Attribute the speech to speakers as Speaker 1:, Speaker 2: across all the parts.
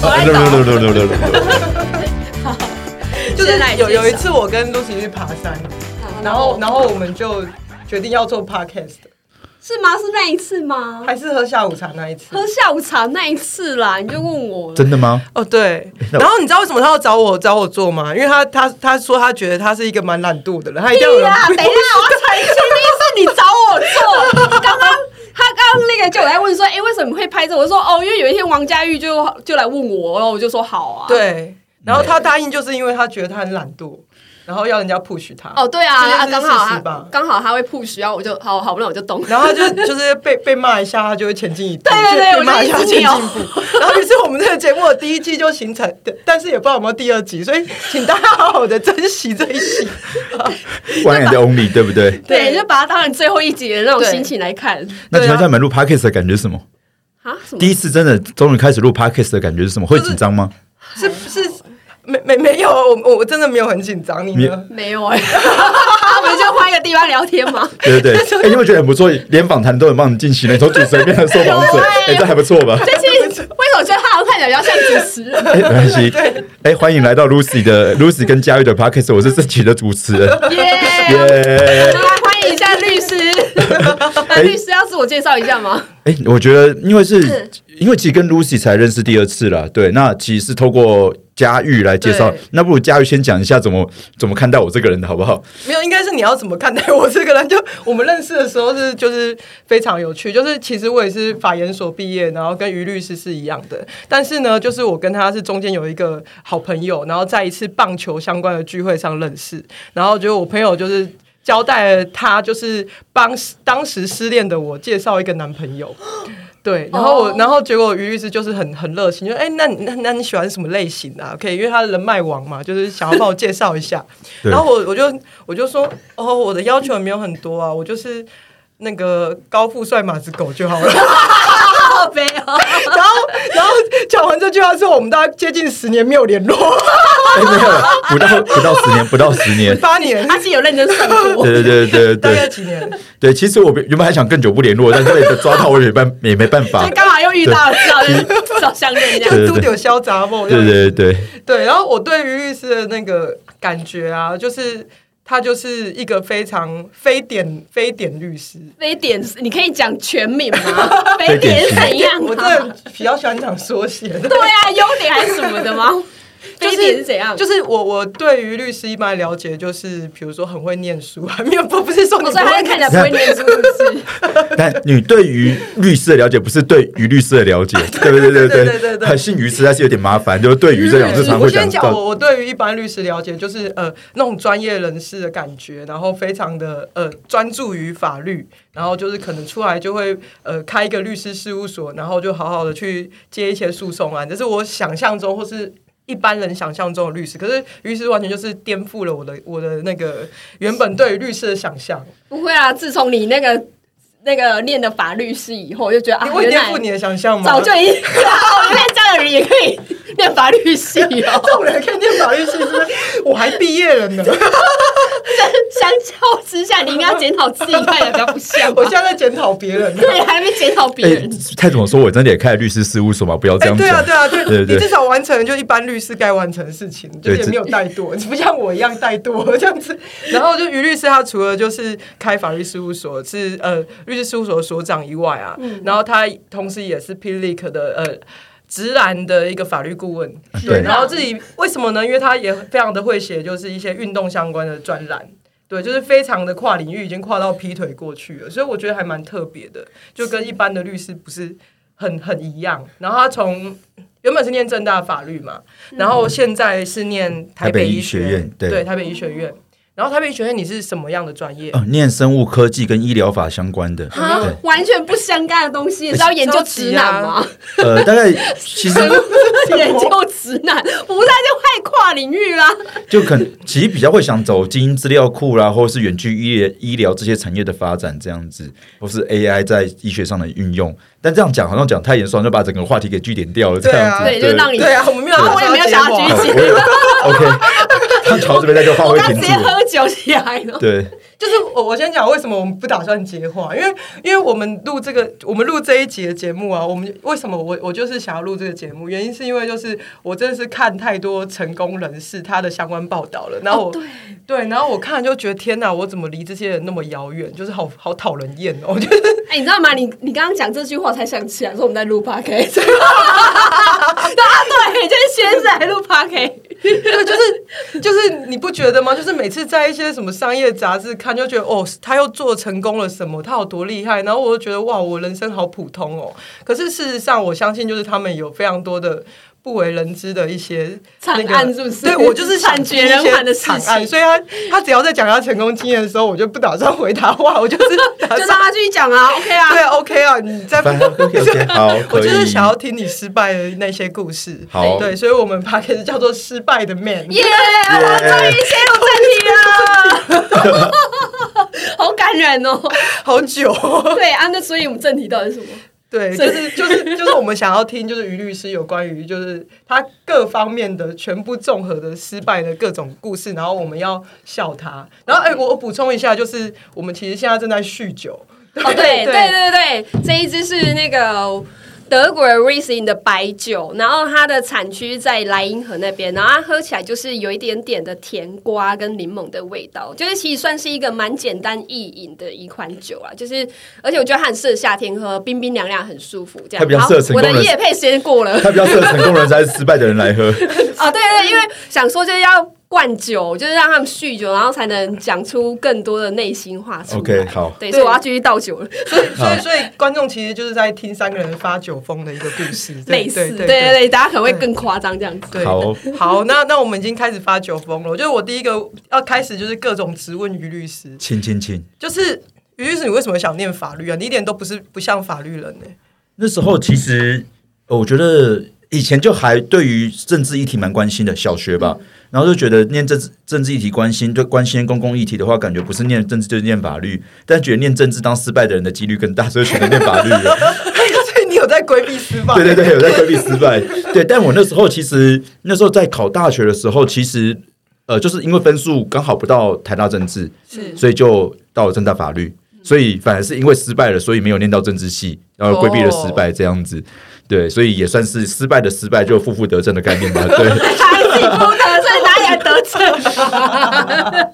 Speaker 1: 我来导。
Speaker 2: 溜溜溜溜溜溜溜。
Speaker 3: 就是
Speaker 1: 先来
Speaker 3: 有
Speaker 1: 介绍哦
Speaker 3: 有一次我跟 Lucy 去爬山，然后然后我们就决定要做 podcast，
Speaker 1: 是吗？是那一次吗？
Speaker 3: 还是喝下午茶那一次。
Speaker 1: 喝下午茶那一次啦，你就问我了。
Speaker 2: 真的吗？
Speaker 3: 哦，对，然后你知道为什么他要找我找我做吗？因为他他他说他觉得他是一个蛮懒惰的人，他一定要有
Speaker 1: 对
Speaker 3: 人
Speaker 1: 哎呀，啊等一下，我要 澄清，第一是你找我做，刚刚。他刚刚那个就有来问说，哎、为什么会拍这？我就说哦，因为有一天王佳玉就就来问我，然后我就说好啊。，
Speaker 3: 对，然后他答应就是因为他觉得他很懒惰，然后要人家 push 他。
Speaker 1: 哦，对啊，啊
Speaker 3: 这件
Speaker 1: 刚
Speaker 3: 事
Speaker 1: 好
Speaker 3: 是事实吧
Speaker 1: 啊，刚好他会 push，然后我就好好，那我就懂。
Speaker 3: 然后他就就是被被骂一下，他就会前进一步。
Speaker 1: 对对对
Speaker 3: 被骂一下
Speaker 1: 我
Speaker 3: 前
Speaker 1: 就一直
Speaker 3: 进一
Speaker 1: 瞄
Speaker 3: 步。然后于是我们这个节目的第一季就形成，但是也不知道有没有第二集，所以请大家好好的珍惜这一 集。
Speaker 2: One and Only，对不对？啊
Speaker 1: 对，
Speaker 3: 对
Speaker 1: 就把它当成最后一集的那种
Speaker 3: 对
Speaker 1: 心情来看
Speaker 2: 那请问一下，你们录 podcast 的感觉是什么？
Speaker 1: 啊。什么？
Speaker 2: 第一次真的终于开始录 podcast 的感觉是什么？会紧张吗？
Speaker 3: 是是没没没有，我我我真的没有很紧张，你呢？
Speaker 1: 没有哎、 他们就换一个地方聊天嘛。
Speaker 2: 对 对对，哎、你有没有觉得很不错？连访谈都能帮你进行了，从主持人变成受访者，哎、这还不错 吧？
Speaker 1: 这其实为什么觉得他好像看起来比较像主持人？
Speaker 2: 哎、没关系。哎、欢迎来到 Lucy 的 Lucy 跟佳玉的 podcast，我是这期的主持 人。耶、
Speaker 1: 耶！哎来欢迎一下律师， 那律师要自我介绍一下吗？
Speaker 2: 哎、我觉得因为是
Speaker 1: 是，
Speaker 2: 因为其实跟 Lucy 才认识第二次啦，对，那其实是透过佳玉来介绍
Speaker 3: 对，
Speaker 2: 那不如佳玉先讲一下怎么怎么看待我这个人的好不好？
Speaker 3: 没有，应该是你要怎么看待我这个人？就我们认识的时候是就是非常有趣，就是其实我也是法研所毕业，然后跟于律师是一样的，但是呢，就是我跟他是中间有一个好朋友，然后在一次棒球相关的聚会上认识，然后就我朋友就是。交代了他就是帮当时失恋的我介绍一个男朋友，对，然后我
Speaker 1: 哦
Speaker 3: 然后结果于律师就是很很热心，就哎、那你那那你喜欢什么类型啊？可以，因为他的人脉网嘛，就是想要帮我介绍一下。
Speaker 2: 对
Speaker 3: 然后我我就我就说，哦，我的要求也没有很多啊，我就是那个高富帅马子狗就好了。
Speaker 1: 好悲哦，
Speaker 3: 然后然后讲完这句话之后，我们大概接近十年没有联络，
Speaker 2: 哎、没有，不到不到十年，不到十 年，
Speaker 3: 八年，
Speaker 1: 他其实有认真算 过。
Speaker 2: 对对对对对
Speaker 3: 大概
Speaker 2: 对
Speaker 3: 几年？
Speaker 2: 对，其实我原本还想更久不联络，但是被抓到我也没办也没办法
Speaker 1: 就。刚好又遇到了，正好就是找相认这样。
Speaker 2: 对对
Speaker 3: 都有潇洒梦，
Speaker 2: 对对对，
Speaker 3: 对，然后我对于律师的那个感觉啊，就是他就是一个非常非典非典律师。
Speaker 1: 非典，你可以讲全名吗？ 非典是怎样
Speaker 3: 我真
Speaker 1: 啊？
Speaker 3: 的比较喜欢讲缩写的。
Speaker 1: 对啊，优点还是什么的 吗？非典是怎样？
Speaker 3: 就是是我我对于律师一般了解就是，比如说很会念书啊，没有不不是说你
Speaker 1: 我
Speaker 3: 不
Speaker 1: 说哦他
Speaker 3: 会
Speaker 1: 是看
Speaker 3: 念
Speaker 1: 起来不会念书，是不是？
Speaker 2: 但你对于律师的了解不是对于律师的了解， 对对对
Speaker 3: 对对
Speaker 2: 对
Speaker 3: 对对
Speaker 2: 很姓于实在是有点麻烦，就是对于这两个字常
Speaker 3: 我
Speaker 2: 会讲
Speaker 3: 先讲
Speaker 2: 到。
Speaker 3: 我我对于一般律师了解，就是呃那种专业人士的感觉，然后非常的呃专注于法律，然后就是可能出来就会呃开一个律师事务所，然后就好好的去接一些诉讼案，这是我想象中或是。一般人想象中的律师，可是律师完全就是颠覆了我的我的那个原本对于律师的想象。
Speaker 1: 不会啊，自从你那个那个念的法律系以后，我就觉得啊
Speaker 3: 你，会
Speaker 1: 原
Speaker 3: 颠
Speaker 1: 来
Speaker 3: 覆你的啊想象吗？
Speaker 1: 早就已经 知道，原来这样的人也可以念法律系哦。
Speaker 3: 这种人可以念法律系，是不是？我还毕业了呢，
Speaker 1: 相较之下，你应该检讨自己，看起来比较不像 吧。
Speaker 3: 我现在在检讨别人呢。
Speaker 1: 对，还没检讨别
Speaker 2: 哎、
Speaker 1: 人。
Speaker 2: 蔡总说，我真的也开了律师事务所嘛，不要这
Speaker 3: 哎、
Speaker 2: 样讲。
Speaker 3: 对啊，对啊，对，
Speaker 2: 对对
Speaker 3: 你至少完成了就一般律师该完成的事情，
Speaker 2: 对
Speaker 3: 就是也
Speaker 2: 这
Speaker 3: 没有怠惰， 你不像我一样怠惰这 样子。然后就于律师他除了就是开法律事务所是呃律师事务所的所长以外啊，
Speaker 2: 嗯
Speaker 3: 然后他同时也是 p l i c 的呃。直男的一个法律顾问，
Speaker 2: 对
Speaker 3: 对，然后自己为什么呢？因为他也非常的会写，就是一些运动相关的专栏，对，就是非常的跨领域，已经跨到劈腿过去了，所以我觉得还蛮特别的，就跟一般的律师不是很很一样。然后他从原本是念正大法律嘛，然后现在是念台
Speaker 2: 台北
Speaker 3: 北
Speaker 2: 医
Speaker 3: 医
Speaker 2: 学院对
Speaker 3: 对台北医学院。然后台北医学院你是什么样的专业？
Speaker 2: 哦，念生物科技跟医疗法相关的，
Speaker 1: 啊
Speaker 2: 哎对，
Speaker 1: 完全不相干的东西，你知道研究直男吗？
Speaker 2: 呃，大概其实啊
Speaker 1: 研究直男，不然就太跨领域啦。
Speaker 2: 就可能其实比较会想走基因资料库啦，或是远距医疗医疗这些产业的发展这样子，或是 AI 在医学上的运用。但这样讲好像讲太严肃，就把整个话题给据点掉了，这
Speaker 3: 对啊
Speaker 2: 样子。
Speaker 1: 对，就让你
Speaker 3: 对啊，我们没有，
Speaker 1: 我也没有想要
Speaker 3: 接
Speaker 1: 举
Speaker 3: 话
Speaker 1: 起
Speaker 2: 我也 OK，看乔这边在就话
Speaker 1: 我
Speaker 2: 会
Speaker 1: 刚
Speaker 2: 停
Speaker 1: 直接
Speaker 2: 住。
Speaker 1: 喝酒起来了。
Speaker 2: 对，
Speaker 3: 就是我我先讲为什么我们不打算接话，因为因为我们录这个我们录这一集的节目啊，我们为什么我我就是想要录这个节目，原因是因为就是我真的是看太多成功人士他的相关报道了，然后我、对然后我看了就觉得天哪，我怎么离这些人那么遥远，就是好好讨人厌哦，就是
Speaker 1: 哎、你知道吗？你你刚刚讲这句话，我才想起来说我们在录 p o d c a s 啊，对，就是先在录 p o d c a s
Speaker 3: 对， 就是就是你不觉得吗？就是每次在一些什么商业杂志看，就觉得哦，他又做成功了什么，他有多厉害，然后我就觉得哇，我人生好普通哦。可是事实上，我相信就是他们有非常多的。不为人知的一些
Speaker 1: 惨
Speaker 3: 那个
Speaker 1: 案是不是
Speaker 3: 对我就是想
Speaker 1: 惨绝人寰的事情
Speaker 3: 听一些惨案，所以他他只要在讲他成功经验的时候，我就不打算回答话，我 就是打
Speaker 1: 就
Speaker 3: 算
Speaker 1: 让他继续讲啊，OK 啊
Speaker 3: 对。OK 啊，你在
Speaker 2: 反正 OK OK 好，
Speaker 3: 我
Speaker 2: 可
Speaker 3: 就是
Speaker 2: 以。
Speaker 3: 想要听你失败的那些故事。
Speaker 2: 好
Speaker 3: 对，所以我们 p a c a s 叫做《失败的 Man》。
Speaker 1: 耶、我终于切入 正题了，好感人哦。
Speaker 3: 好久、哦。
Speaker 1: 对啊，那所以我们正题到底是什么？
Speaker 3: 对，就是就是就是我们想要听，就是于律师有关于就是他各方面的全部综合的失败的各种故事，然后我们要笑他。然
Speaker 1: 嗯
Speaker 3: 后哎、我我补充一下，就是我们其实现在正在酗酒。
Speaker 1: 哦，对对对对，这一支是那个德国的 Riesling 的白酒，然后它的产区在莱茵河那边，然后它喝起来就是有一点点的甜瓜跟柠檬的味道，就是其实算是一个蛮简单易饮的一款酒啊，就是而且我觉得它很适合夏天喝，冰冰凉凉很舒服这样。
Speaker 2: 它比较
Speaker 1: 好
Speaker 2: 适合成
Speaker 1: 我的
Speaker 2: 功人
Speaker 1: 夜配时间过了。
Speaker 2: 他比较适合成功人士还是失败的人来 喝？
Speaker 1: 哦，对对，因为想说就是要灌酒，就是让他们酗酒，然后才能讲出更多的内心话出来。
Speaker 2: OK，好
Speaker 1: 对，
Speaker 3: 对
Speaker 1: 所以我要继续倒酒了，
Speaker 3: 所以所以所以观众其实就是在听三个人发酒疯的一个故事，对
Speaker 1: 类似，
Speaker 3: 对
Speaker 1: 对对对，大家可能会更夸张这样子。
Speaker 3: 对，
Speaker 2: 好
Speaker 3: 好，那那我们已经开始发酒疯了。就是我第一个要开始就是各种质问于律师，
Speaker 2: 亲亲亲！
Speaker 3: 就是于律师，你为什么想念法律啊？你一点都不是不像法律人欸呢、
Speaker 2: 那时候其实呃我觉得以前就还对于政治议题蛮关心的，小学吧，然后就觉得念政治政治议题关心，对关心公共议题的话，感觉不是念政治就是念法律，但觉得念政治当失败的人的几率更大，所以选择念法律了。
Speaker 3: 所以你有在规避司法？
Speaker 2: 对对对，有在规避失败。对，但我那时候其实那时候在考大学的时候，其实呃，就是因为分数刚好不到台大政治，
Speaker 1: 是
Speaker 2: 所以就到了政大法律，所以反而是因为失败了，所以没有念到政治系，然后规避了失败这样子。对，所以也算是失败的失败，就负负得正的概念吧。对，
Speaker 1: 太幸福了，所以哪里来得 逞？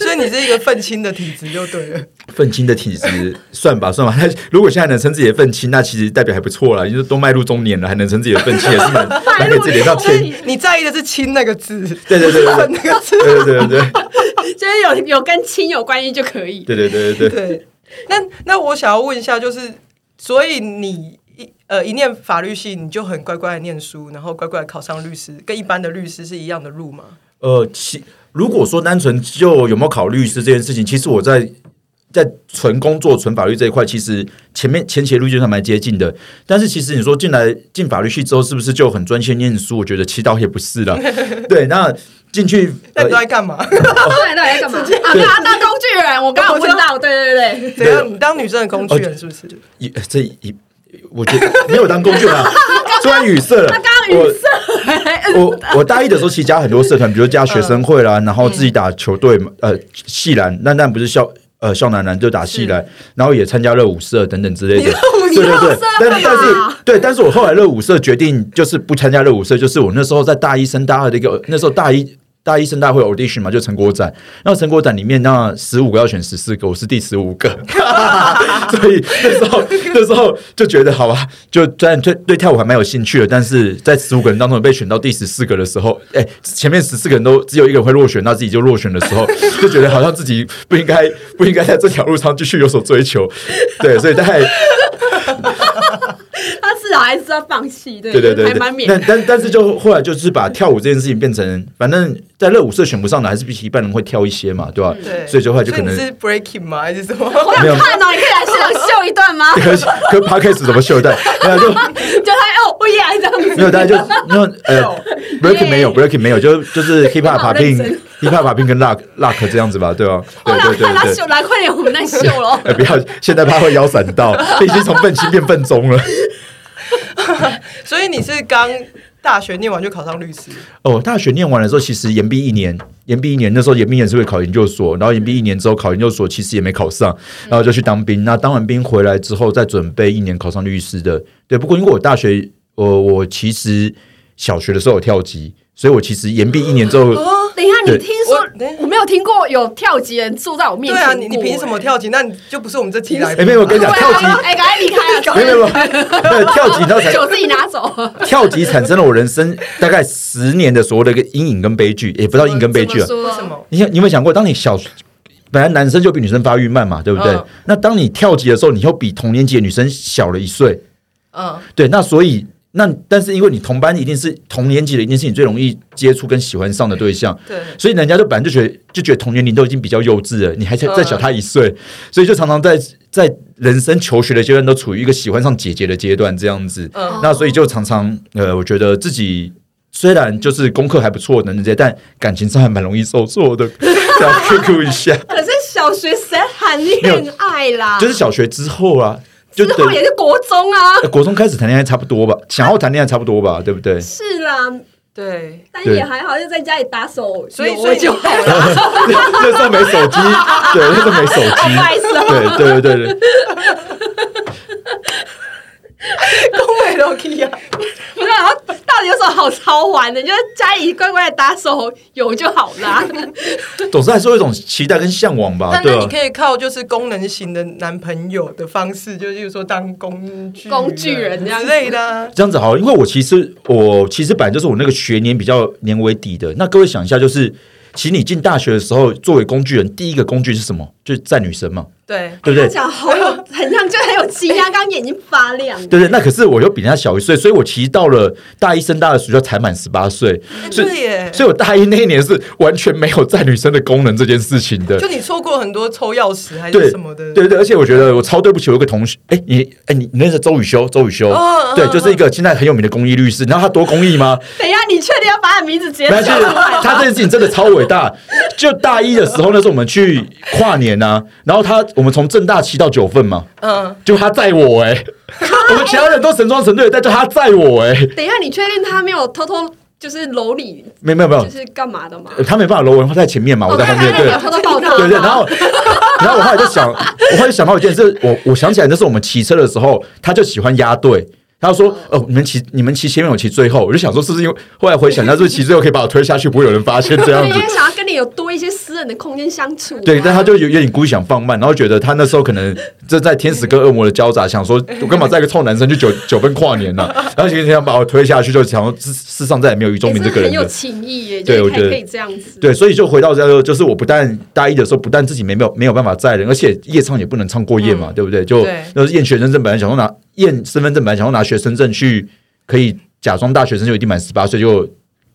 Speaker 3: 所以你是一个愤青的体质就对 了。
Speaker 2: 愤青的体质，算吧算吧。 他如果现在能称自己的愤青，那其实代表还不错啦，因为都迈入中年了，还能称自己的愤青，也是蛮蛮给自己脸上添。
Speaker 3: 你在意的是“亲”那个字，
Speaker 2: 对对对 对
Speaker 3: 那个字。
Speaker 2: 对对对对
Speaker 1: 就是有有跟亲有关系就可以。
Speaker 2: 对对对对对。
Speaker 3: 对，那那我想要问一下，就是所以你一呃一念法律系，你就很乖乖的念书，然后乖乖地考上律师，跟一般的律师是一样的路吗？
Speaker 2: 呃，其如果说单纯就有没有考律师这件事情，其实我在在纯工作、纯法律这一块，其实前面前期的路径上蛮接近的。但是其实你说进来进法律系之后，是不是就很专心念书？我觉得其实倒也不是啦。 对，那进去、
Speaker 3: 那
Speaker 2: 呃
Speaker 3: 你都在干嘛？
Speaker 1: 对，到底在干嘛？啊，对啊，当工具人，我刚刚有问到，对对对，
Speaker 3: 怎样？你当女生的工具人是不是？
Speaker 2: 一呃这一，我觉得没有当工具啦，突然语塞了。
Speaker 1: 他刚刚
Speaker 2: 我
Speaker 1: 语塞。
Speaker 2: 我我大一的时候其实加很多社团，比如加学生会啦，
Speaker 1: 嗯
Speaker 2: 然后自己打球队嘛，呃，系篮，那但不是校呃校男篮就打系篮，然后也参加热舞社等等之类的。对对
Speaker 1: 热舞
Speaker 2: 对
Speaker 1: 社，
Speaker 2: 但
Speaker 1: 干嘛
Speaker 2: 但是对，但是我后来热舞社决定就是不参加热舞社，就是我那时候在大一升大二的一个，那时候大一。大一升大会 audition 嘛，就成果展。然后成果展里面，那十五个要选十四个，我是第十五个， 所以那时候那时候就觉得好吧，就虽然对对跳舞还蛮有兴趣的，但是在十五个人当中被选到第十四个的时候，哎，前面十四个人都只有一个人会落选，那自己就落选的时候，就觉得好像自己不应该不应该在这条路上继续有所追求，对，所以大概
Speaker 1: 他至少还是要放弃，对
Speaker 2: 对对对
Speaker 1: 还蛮
Speaker 2: 对，
Speaker 1: 勉
Speaker 2: 但但但是就后来就是把跳舞这件事情变成，反正在热舞社选不上的，还是比起一般人会跳一些嘛，对吧？
Speaker 3: 对，
Speaker 2: 所以就后来就可
Speaker 3: 所
Speaker 2: 能？
Speaker 3: 以你是 breaking 吗？还是什么？
Speaker 1: 我想看哦，你可以来现场秀一段吗
Speaker 2: 可可 p o d c a s 怎么秀带，没有就
Speaker 1: 就他哦，我也来这样子。
Speaker 2: 没有大家就那呃
Speaker 3: 有
Speaker 2: ，breaking 没有 breaking 没有，就就是 hip hop
Speaker 1: 好
Speaker 2: popping
Speaker 1: 认真
Speaker 2: hip hop popping 跟 rock rock 这样子吧，对吧？
Speaker 1: 我
Speaker 2: 对
Speaker 1: 想
Speaker 2: 对对
Speaker 1: 看他
Speaker 2: 对
Speaker 1: 秀，来快点，我们在秀喽。
Speaker 2: 呃不要，现在怕会腰闪到，已经从笨青变笨中了。
Speaker 3: 所以你是刚大学念完就考上律师？
Speaker 2: 哦，大学念完的时候，其实延毕一年，延毕一年，那时候延毕也是会考研究所，然后延毕一年之后考研究所，其实也没考上，然后就去当兵。那当完兵回来之后，再准备一年考上律师的。对，不过因为我大学，我我其实小学的时候有跳级，所以我其实延毕一年之后，
Speaker 1: 等一下，你
Speaker 2: 对
Speaker 1: 听说
Speaker 3: 我等一下
Speaker 1: 我没有听过有跳级人坐在我面
Speaker 3: 对
Speaker 1: 前
Speaker 3: 啊，
Speaker 1: 过欸
Speaker 3: 你你凭什么？跳级？那你就不是我们这题来
Speaker 2: 哎，没有，我跟你
Speaker 1: 对
Speaker 2: 讲，
Speaker 1: 啊
Speaker 2: 跳级，
Speaker 1: 哎，赶快离开啊！
Speaker 2: 没有没有，没有对，跳级，然 后才
Speaker 1: 酒自己拿走。
Speaker 2: 跳级产生了我人生大概十年的所谓的一个阴影跟悲剧，也不知道阴影跟悲剧啊。
Speaker 1: 怎么
Speaker 3: 为
Speaker 1: 说
Speaker 3: 什？么？
Speaker 2: 你想，你有没有想过，当你小本来男生就比女生发育慢嘛，对不对？
Speaker 3: 嗯
Speaker 2: 那当你跳级的时候，你又比同年级的女生小了一岁，
Speaker 3: 嗯，
Speaker 2: 对，那所以那但是因为你同班一定是同年级的，一定是你最容易接触跟喜欢上的对象，
Speaker 3: 对，
Speaker 2: 所以人家就本来就觉得就觉得同年龄都已经比较幼稚了，你还才
Speaker 3: 嗯
Speaker 2: 再小他一岁，所以就常常在在人生求学的阶段都处于一个喜欢上姐姐的阶段这样子。
Speaker 3: 嗯
Speaker 2: 那所以就常常呃，我觉得自己虽然就是功课还不错，能这些，但感情上还蛮容易受挫的，想 QQ 一下。
Speaker 1: 可是小学谁谈
Speaker 2: 没
Speaker 1: 恋爱啦？
Speaker 2: 就是小学之后啊，就
Speaker 1: 啊之后
Speaker 2: 对
Speaker 1: 也是国中啊，
Speaker 2: 呃国中开始谈恋爱差不多吧，想要谈恋爱差不多吧，对不对？
Speaker 1: 是啦，
Speaker 3: 对。
Speaker 1: 但
Speaker 2: 对
Speaker 1: 也还好，就在家里打手
Speaker 3: 所以
Speaker 1: 游
Speaker 3: 所以
Speaker 1: 就
Speaker 3: 你
Speaker 1: 好了。
Speaker 2: 那时候没手机，对，那时候没手
Speaker 1: 不好意思哦
Speaker 2: 机，对对对对对，
Speaker 3: 东北 l o k 啊，
Speaker 1: 不是，然后到底有什么好超玩的？你就在家里乖乖地打手游就好啦。
Speaker 2: 总是还是有一种期待跟向往吧，
Speaker 3: 但
Speaker 2: 啊对
Speaker 3: 那
Speaker 2: 吧、
Speaker 3: 你可以靠就是功能型的男朋友的方式，就例如说当工具
Speaker 1: 工具人这样
Speaker 3: 之
Speaker 1: 子
Speaker 3: 类的啊。
Speaker 2: 这样子好了，因为我其实我其实本来就是我那个学年比较年为底的。那各位想一下，就是其实你进大学的时候，作为工具人，第一个工具是什么？就是载女神嘛，
Speaker 3: 对，
Speaker 2: 对不
Speaker 1: 他
Speaker 2: 对？
Speaker 1: 讲好有，很像就很有鸡鸭，刚刚眼睛发亮。
Speaker 2: 对不对？那可是我又比人家小一岁，所以我其实到了大一升大二暑假才满十八岁，所以
Speaker 3: 哎对耶
Speaker 2: 所以我大一那一年是完全没有载女生的功能这件事情的
Speaker 3: 就。你错过很多抽钥匙还
Speaker 2: 对
Speaker 3: 是什么的，
Speaker 2: 对对，而且我觉得我超对不起我一个同学，哎，你哎你你认识周宇修？周宇修，
Speaker 3: 哦
Speaker 2: 对，
Speaker 3: 嗯
Speaker 2: 就是一个现在很有名的公益律师。你知道他多公益吗？
Speaker 1: 等一下，你确定要把他的名 字直接
Speaker 2: 但
Speaker 1: 讲
Speaker 2: 是
Speaker 1: 出来？
Speaker 2: 他这件事情真的超伟大。就大一的时候，那时候我们去跨年啊，然后他我们从正大骑到九份嘛，
Speaker 3: 嗯，
Speaker 2: 就他载我 哎、我们其他人都神装神队，但就他载我哎、
Speaker 1: 等一下，你确定他没有偷偷就是搂你，
Speaker 2: 没没有没有
Speaker 1: 就，是干嘛的吗？
Speaker 2: 他没办法搂我，他在前哦面嘛，我在后面，对
Speaker 1: 你有偷偷哦抱他吗
Speaker 2: 对对，然后。 然后我后来就想，我后来就想到一件事，我我想起来那是我们骑车的时候，他就喜欢压队，他就说：“哦，你们骑你们骑前面，我骑最后。”我就想说，是不是因为后来回想一下，是不是骑最后可以把我推下去，不会有人发现这
Speaker 1: 对，
Speaker 2: 样
Speaker 1: 因
Speaker 2: 子
Speaker 1: 为？想要跟你有多一些私人的空间相处啊。
Speaker 2: 对，但他就有有点故意想放慢，然后觉得他那时候可能这在天使跟恶魔的交杂，想说我干嘛载一个臭男生去九九份跨年呢、然后就想把我推下去，就想说世世上再也没有于
Speaker 1: 也
Speaker 2: 中明这个
Speaker 1: 很
Speaker 2: 人
Speaker 1: 有
Speaker 2: 了。
Speaker 1: 情义耶，
Speaker 2: 对
Speaker 1: 就
Speaker 2: 我
Speaker 1: 是
Speaker 2: 觉得
Speaker 1: 可以这样子。
Speaker 2: 对，所以就回到这个，就是我不但大一的时候，不但自己没没有没有办法载人，而且夜唱也不能唱过夜嘛，对嗯不对？就
Speaker 3: 对
Speaker 2: 就是验学生证，本来想要拿验身份证，本来想要拿学生证去可以假装大学生就一定满十八岁，就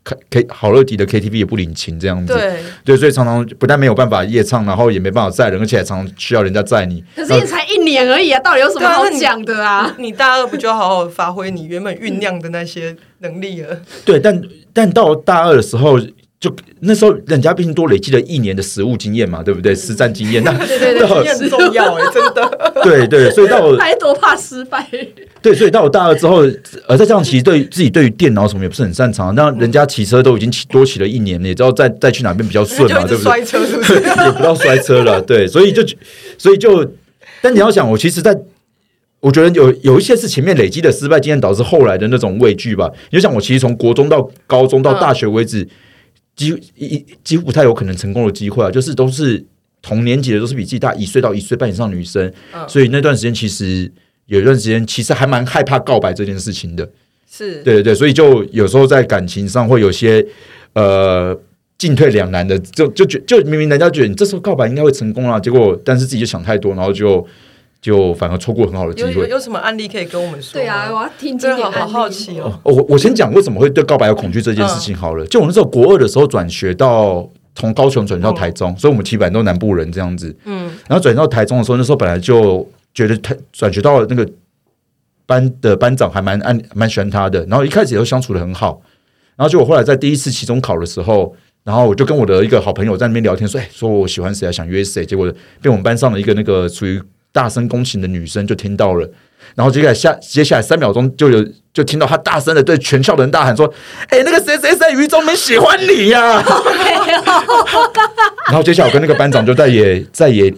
Speaker 2: K K 好乐迪的 KTV 也不领情这样子。
Speaker 3: 对，
Speaker 2: 对，所以常常不但没有办法夜唱，然后也没办法载人，而且还常常需要人家载你。
Speaker 1: 可是也才一年而已啊，到底有什么好讲的啊？
Speaker 3: 你大二不就好好发挥你原本酝酿的那些能 力了？
Speaker 2: 对，但但到大二的时候，就那时候人家毕竟多累积了一年的实务经验嘛，对不对？实战经验，那
Speaker 1: 对对对
Speaker 2: 到
Speaker 3: 经验很重要哎，真的。
Speaker 2: 对对，所以到 我
Speaker 1: 他还多怕失败，
Speaker 2: 对，所以到我大二之后，呃，再这样其实对自己对于电脑什么也不是很擅长，那人家骑车都已经骑多骑了一年了，也知道再再去哪边比较顺
Speaker 3: 就
Speaker 2: 嘛，
Speaker 3: 一
Speaker 2: 啊对
Speaker 3: 直
Speaker 2: 不对？
Speaker 3: 摔车是不是？
Speaker 2: 也不到摔车了，对，所以就所以就，但你要想，我其实在，我觉得有有一些是前面累积的失败经验导致后来的那种畏惧吧。你就想，我其实从国中到高中到大学为止，几乎一一几乎不太有可能成功的机会啊，就是都是同年级的，都是比自己大一岁到一岁半以上的女生，
Speaker 3: 嗯
Speaker 2: 所以那段时间其实。有一段时间，其实还蛮害怕告白这件事情的，
Speaker 3: 是，
Speaker 2: 对对对，所以就有时候在感情上会有些呃进退两难的，就就觉就明明人家觉得你这时候告白应该会成功啦，啊结果但是自己就想太多，然后就就反而错过很好的机
Speaker 3: 有有
Speaker 2: 会。
Speaker 3: 有什么案例可以跟我们说？
Speaker 1: 对啊，，我要听经
Speaker 3: 真的
Speaker 1: 典
Speaker 3: 好好
Speaker 1: 案例
Speaker 3: 好奇哦。
Speaker 2: 哦，我我先讲为什么会对告白有恐惧这件
Speaker 3: 嗯
Speaker 2: 事情好了。就我那时候国二的时候转学到从高雄转到台中，所以我们基本都南部人这样子。
Speaker 3: 嗯，
Speaker 2: 然后转到台中的时候，那时候本来就觉得他转学到那个班的班长还蛮按蛮喜欢他的，然后一开始也都相处的很好，然后结果后来在第一次期中考的时候，然后我就跟我的一个好朋友在那边聊天说，哎，说我喜欢谁啊，想约谁，结果被我们班上的一个那个属于大声公情的女生就听到了，然后接下来下接下来三秒钟就有就听到他大声的对全校的人大喊说：“哎、那个谁谁谁于中明喜欢你呀、 然后接下来我跟那个班长就再也再也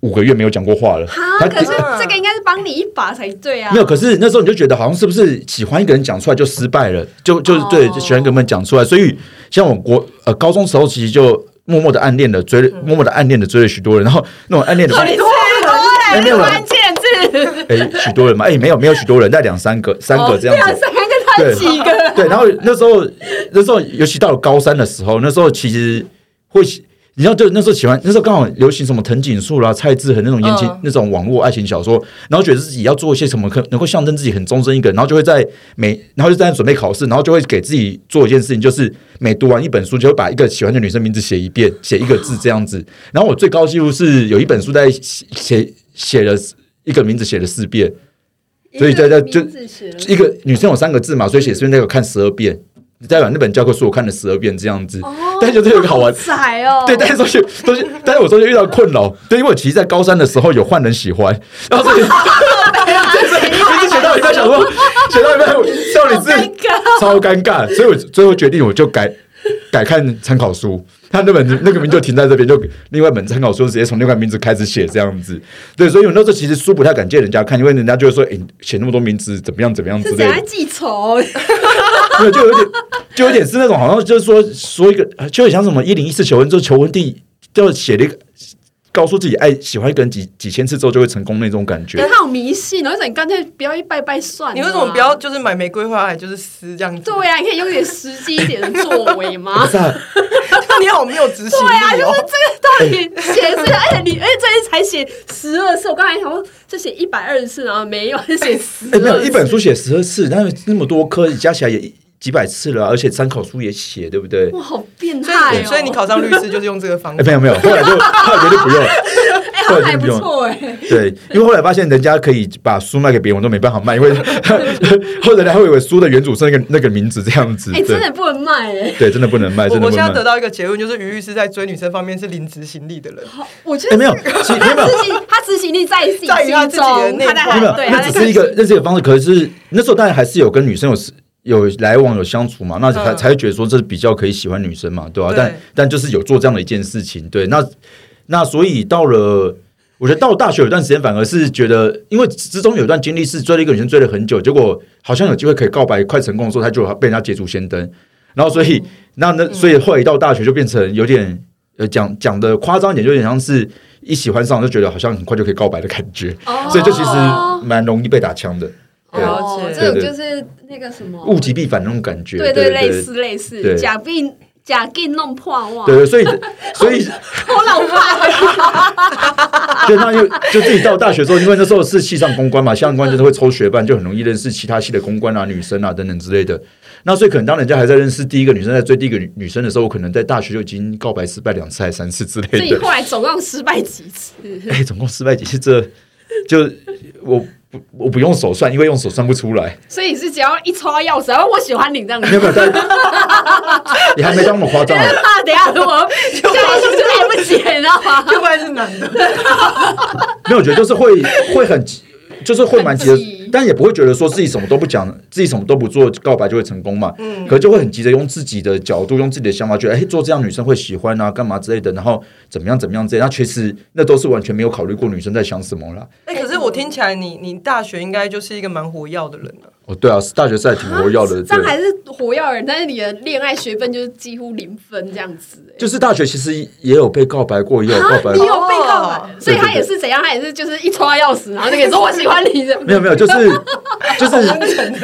Speaker 2: 五个月没有讲过话了。
Speaker 1: 哈，
Speaker 2: 他
Speaker 1: 可是这个应该是帮你一把才对啊。
Speaker 2: 没有，可是那时候你就觉得好像是不是喜欢一个人讲出来就失败了，就就是
Speaker 1: 哦
Speaker 2: 对就喜欢一个人讲出来，所以像我国呃高中时候其实就默默的暗恋的追了，默默的暗恋的追了许多人，然后那种暗恋的
Speaker 1: 嗯 哦好，你多
Speaker 2: 哎
Speaker 1: 了，
Speaker 2: 没有
Speaker 1: 关键字
Speaker 2: 哎许多人嘛，哎没有没有许多人，但两三个三个这样子，
Speaker 1: 哦三个他几个？
Speaker 2: 对，然后那时候，那时候尤其到了高三的时候，那时候其实会喜，你知道，就那时候喜欢，那时候刚好流行什么藤井树啦、啊蔡志恒那种言情、
Speaker 3: 嗯
Speaker 2: 呃那种网络爱情小说，然后觉得自己要做一些什么，可能够象征自己很忠贞一个人，然后就会在每，然后就在准备考试，然后就会给自己做一件事情，就是每读完一本书，就会把一个喜欢的女生名字写一遍，写一个字这样子。然后我最高纪录是有一本书在写写写了一个名字写了四遍。所以大家就一个女生有三个字嘛，所以写顺便那个看十二遍。代表那本教科书我看了十二遍这样子， 但是就是有一个好玩，
Speaker 1: 窄哦，
Speaker 2: 对，但是说去都是，但是我说就遇到困扰，对，因为我其实，在高三的时候有换人喜欢，然后所以
Speaker 1: 啊
Speaker 2: 就是写到一半想说，写到一半我笑你自己超尴尬，所以我最后决定我就改改看参考书，他那本那个名就停在这边，就另外一本参考书直接从另外名字开始写这样子，对，所以我那时候其实书不太敢借人家看，因为人家就会说，哎、你写那么多名字怎么样怎么样之
Speaker 1: 是
Speaker 2: 类
Speaker 1: 怎样
Speaker 2: 的，
Speaker 1: 记仇？
Speaker 2: 没有，就有点，就有点是那种好像就是说说一个，呃就很像什么一零一四求婚，之后求婚地就写了一个，告诉自己爱喜欢一个人几几千次之后就会成功那种感
Speaker 1: 可
Speaker 2: 觉
Speaker 1: 是。他好迷信哦，为什么你干脆不要一拜拜算了啊？
Speaker 3: 你为什么不要就是买玫瑰花来就是撕这样子？
Speaker 1: 对呀、啊你可以用点实际一点的作为
Speaker 2: 不
Speaker 1: 吗？
Speaker 2: 是、啊，
Speaker 3: 你好没有执行
Speaker 1: 对呀、
Speaker 3: 力
Speaker 1: 就
Speaker 3: 哦
Speaker 1: 是！这个到底写是，而且你，而且这次才写十二次，我刚才想说就写一百二十次，然后没有，就写十
Speaker 2: 哎、没有一本书写十二次，但是那么多科加起来也几百次了啊、而且参考书也写，对不对？
Speaker 1: 哇，好变
Speaker 3: 所
Speaker 1: 态
Speaker 3: 以
Speaker 1: 哦！
Speaker 3: 所以你考上律师就是用这个 方
Speaker 2: 哎、
Speaker 3: 法。
Speaker 2: 没有没有，后来就后来决定不用了。
Speaker 1: 哎、好像还不错哎、
Speaker 2: 对，因为后来发现人家可以把书卖给别人，我都没办法卖，因为 后来人家会以为书的原主是那个那个名字这样子。
Speaker 1: 哎、
Speaker 2: 对
Speaker 1: 真的不能卖哎、
Speaker 2: 对，真的不能卖，
Speaker 3: 我
Speaker 2: 真的
Speaker 3: 我
Speaker 2: 不
Speaker 3: 现
Speaker 2: 能
Speaker 3: 在得
Speaker 2: 卖。
Speaker 3: 到一个结论，就是于律师在追女生方面是零执行力的人。
Speaker 1: 我觉
Speaker 2: 哎、
Speaker 1: 得
Speaker 2: 没有，
Speaker 1: 是
Speaker 2: 其实没有没有
Speaker 1: 他
Speaker 2: 哦
Speaker 1: 执行他执行力在自己
Speaker 3: 在于他
Speaker 1: 心
Speaker 3: 自己的
Speaker 1: 中，
Speaker 3: 内
Speaker 1: 他在
Speaker 3: 观
Speaker 2: 没有，
Speaker 1: 对，
Speaker 2: 那
Speaker 1: 他
Speaker 2: 只
Speaker 1: 在
Speaker 2: 是一个那是一个方式。可是那时候当然还是有跟女生有有来往有相处嘛，那才、
Speaker 3: 嗯
Speaker 2: 才会觉得说这是比较可以喜欢女生嘛，对吧、
Speaker 3: 对
Speaker 2: 但但就是有做这样的一件事情，对，那那所以到了。我觉得到了大学有段时间，反而是觉得，因为之中有段经历是追了一个女生追了很久，结果好像有机会可以告白，快成功的时候，他就被人家捷足先登，然后所以 那那所以后来一到大学就变成有点呃讲讲的夸张一点，就有点像是一喜欢上就觉得好像很快就可以告白的感觉，
Speaker 1: 哦
Speaker 2: 所以这其实蛮容易被打枪的，对啊
Speaker 1: 哦，
Speaker 3: 对
Speaker 1: 这种
Speaker 2: 对
Speaker 1: 就是那个什么
Speaker 2: 物极必反那种感觉，
Speaker 1: 对
Speaker 2: 对
Speaker 1: 类似类
Speaker 2: 对
Speaker 1: 似，假病假病弄破哇，
Speaker 2: 对对，所以 所以
Speaker 1: 我老怕。
Speaker 2: 就那就就自己到大学之后，因为那时候是系上公关嘛，系上公关就是会抽学伴，就很容易认识其他系的公关啊、女生啊等等之类的。那所以可能当人家还在认识第一个女生，在追第一个女女生的时候，我可能在大学就已经告白失败两次还是三次之
Speaker 1: 所
Speaker 2: 类
Speaker 1: 以
Speaker 2: 的。
Speaker 1: 后来总共失败几次？
Speaker 2: 哎，总共失败几次？这就我不我不用手算，因为用手算不出来。
Speaker 1: 所以是只要一抽到钥匙，然哦后我喜欢你这样子
Speaker 2: 没。有没有，但你还没到那么夸张啊。
Speaker 1: 啊， 等一下我下一次就来不及了，你知道吗？
Speaker 3: 就不然是男的，
Speaker 2: 没有，我觉得就是会会很急，就是会蛮急
Speaker 1: 很
Speaker 2: 的
Speaker 1: 急，
Speaker 2: 但也不会觉得说自己什么都不讲，自己什么都不做，告白就会成功嘛。嗯，可就会很急着用自己的角度，用自己的想法，觉得哎，做这样女生会喜欢啊，干嘛之类的，然后怎么样怎么样之类的。那其实那都是完全没有考虑过女生在想什么啦。
Speaker 3: 哎、可是我听起来你你大学应该就是一个蛮活跃的人啊。
Speaker 2: 哦，对啊，大学赛挺活跃的，
Speaker 1: 这样还
Speaker 2: 对，
Speaker 1: 啊是火药人，但是你的恋爱学分就是几乎零分这样子、欸。
Speaker 2: 就是大学其实也有被告白过，也有告白
Speaker 1: 你
Speaker 2: 过。
Speaker 1: 有被告白
Speaker 3: 哦，
Speaker 1: 所以他也是怎样？他也是就是一抽到钥匙，然后就可以说我喜欢你 的。
Speaker 2: 没有没有，就是就是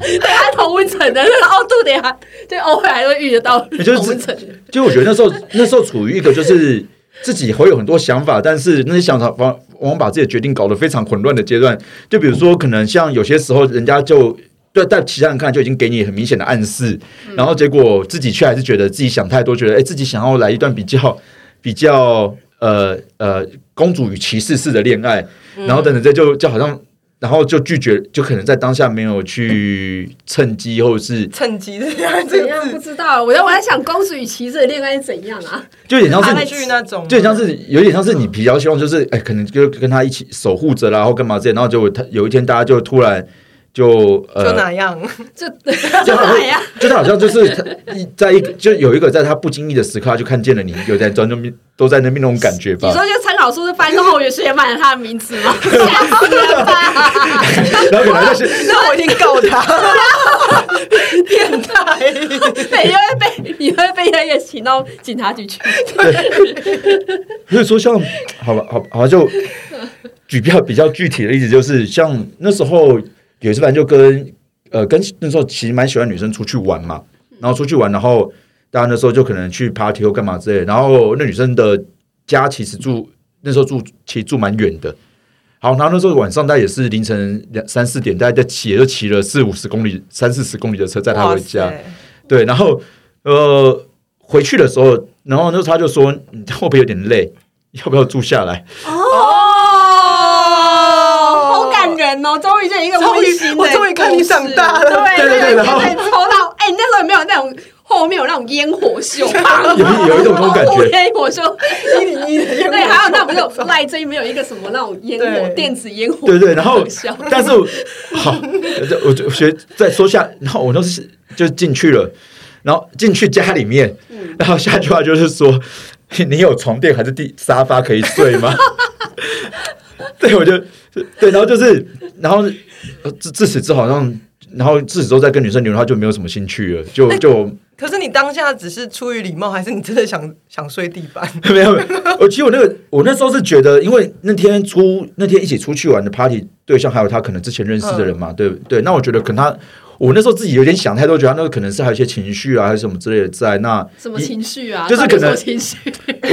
Speaker 1: 对他同温层的，哦，对的呀，对，哦偶尔还会遇得到
Speaker 2: 也就是
Speaker 1: 同温层的。
Speaker 2: 就我觉得那时候那时候处于一个就是自己会有很多想法，但是那些想法往往往把自己的决定搞得非常混乱的阶段。就比如说，可能像有些时候人家就。对，但其他人看就已经给你很明显的暗示，然后结果自己却还是觉得自己想太多，觉得哎，自己想要来一段比较比较呃呃公主与骑士式的恋爱，然后等等这就就好像然后就拒绝，就可能在当下没有去趁机，或者是
Speaker 3: 趁机这样 这
Speaker 1: 怎样不
Speaker 3: 个字
Speaker 1: 知道？我在我在想，公主与骑士的恋爱是怎样啊？
Speaker 2: 就有点像是
Speaker 3: 爱剧那种，
Speaker 2: 就很像是有点像是你比较希望就是哎、可能就跟他一起守护着啦，或干嘛之类，然后结果他有一天大家就突然就
Speaker 3: 就
Speaker 2: 呃，
Speaker 3: 哪样，
Speaker 1: 就
Speaker 2: 就好像啊
Speaker 1: 来呀，
Speaker 2: 就他好像就是他一在一个就有一个在他不经意的时刻，他就看见了你有在专注都在那边那种感觉
Speaker 1: 你
Speaker 2: 吧，
Speaker 1: 说就参考书是翻到后面写满了他的名字吗？吓死人吧！
Speaker 2: 然后原来那些
Speaker 3: 那我一定告 他，变态。
Speaker 1: 对，你会被你会被那个请到警察局去。
Speaker 2: 所以说像好吧好好就举比较比较具体的例子，就是像那时候有一次反正就跟呃跟那时候其实蛮喜欢女生出去玩嘛，然后出去玩，然后大家那时候就可能去 party 或干嘛之类的，然后那女生的家其实住那时候住其实住蛮远的。好，然后那时候晚上大概也是凌晨两三四点，大概在骑，也就骑了四五十公里、三四十公里的车载她
Speaker 3: 哇
Speaker 2: 回家。
Speaker 3: 塞，
Speaker 2: 对，然后呃回去的时候，然后那时候他就说你会不会有点累？要不要住下来？
Speaker 1: 哦，好感人哦！终于就有一个
Speaker 3: 终于
Speaker 1: 温馨的
Speaker 3: 我终于看你
Speaker 1: 故事
Speaker 3: 长大了
Speaker 1: 对
Speaker 2: 对对对
Speaker 1: 对
Speaker 2: 然后
Speaker 1: 对，抽到哎，你那时候有没有那种后面有那种烟火秀？
Speaker 2: 有有一种这种感觉
Speaker 1: 后面 烟火秀，
Speaker 3: 一零一的烟
Speaker 1: 对，还有那不是赖这一没有一个什么那种烟火
Speaker 3: 对
Speaker 1: 电子烟火，
Speaker 2: 对对，然后
Speaker 1: 很小
Speaker 2: 但是我好，我我就学再说下，然后我都是就进去了，然后进去家里面，然后下句话就是说你有床垫还是地沙发可以睡吗？ 对，我就对，然后就是，然后呃自自此之后好像，然后自此之后再跟女生聊，他就没有什么兴趣了，就就。
Speaker 3: 可是你当下只是出于礼貌，还是你真的想想睡地板？
Speaker 2: 没有，没有我其实我那个我那时候是觉得，因为那天出那天一起出去玩的 party 对象，还有他可能之前认识的人
Speaker 1: 嗯
Speaker 2: 嘛，对对。那我觉得可能他，我那时候自己有点想太多，觉得他那个可能是还有一些情绪啊，还是什么之类的在那。
Speaker 1: 什么情绪啊？
Speaker 2: 就是
Speaker 1: 到底
Speaker 2: 可能
Speaker 1: 什么情绪。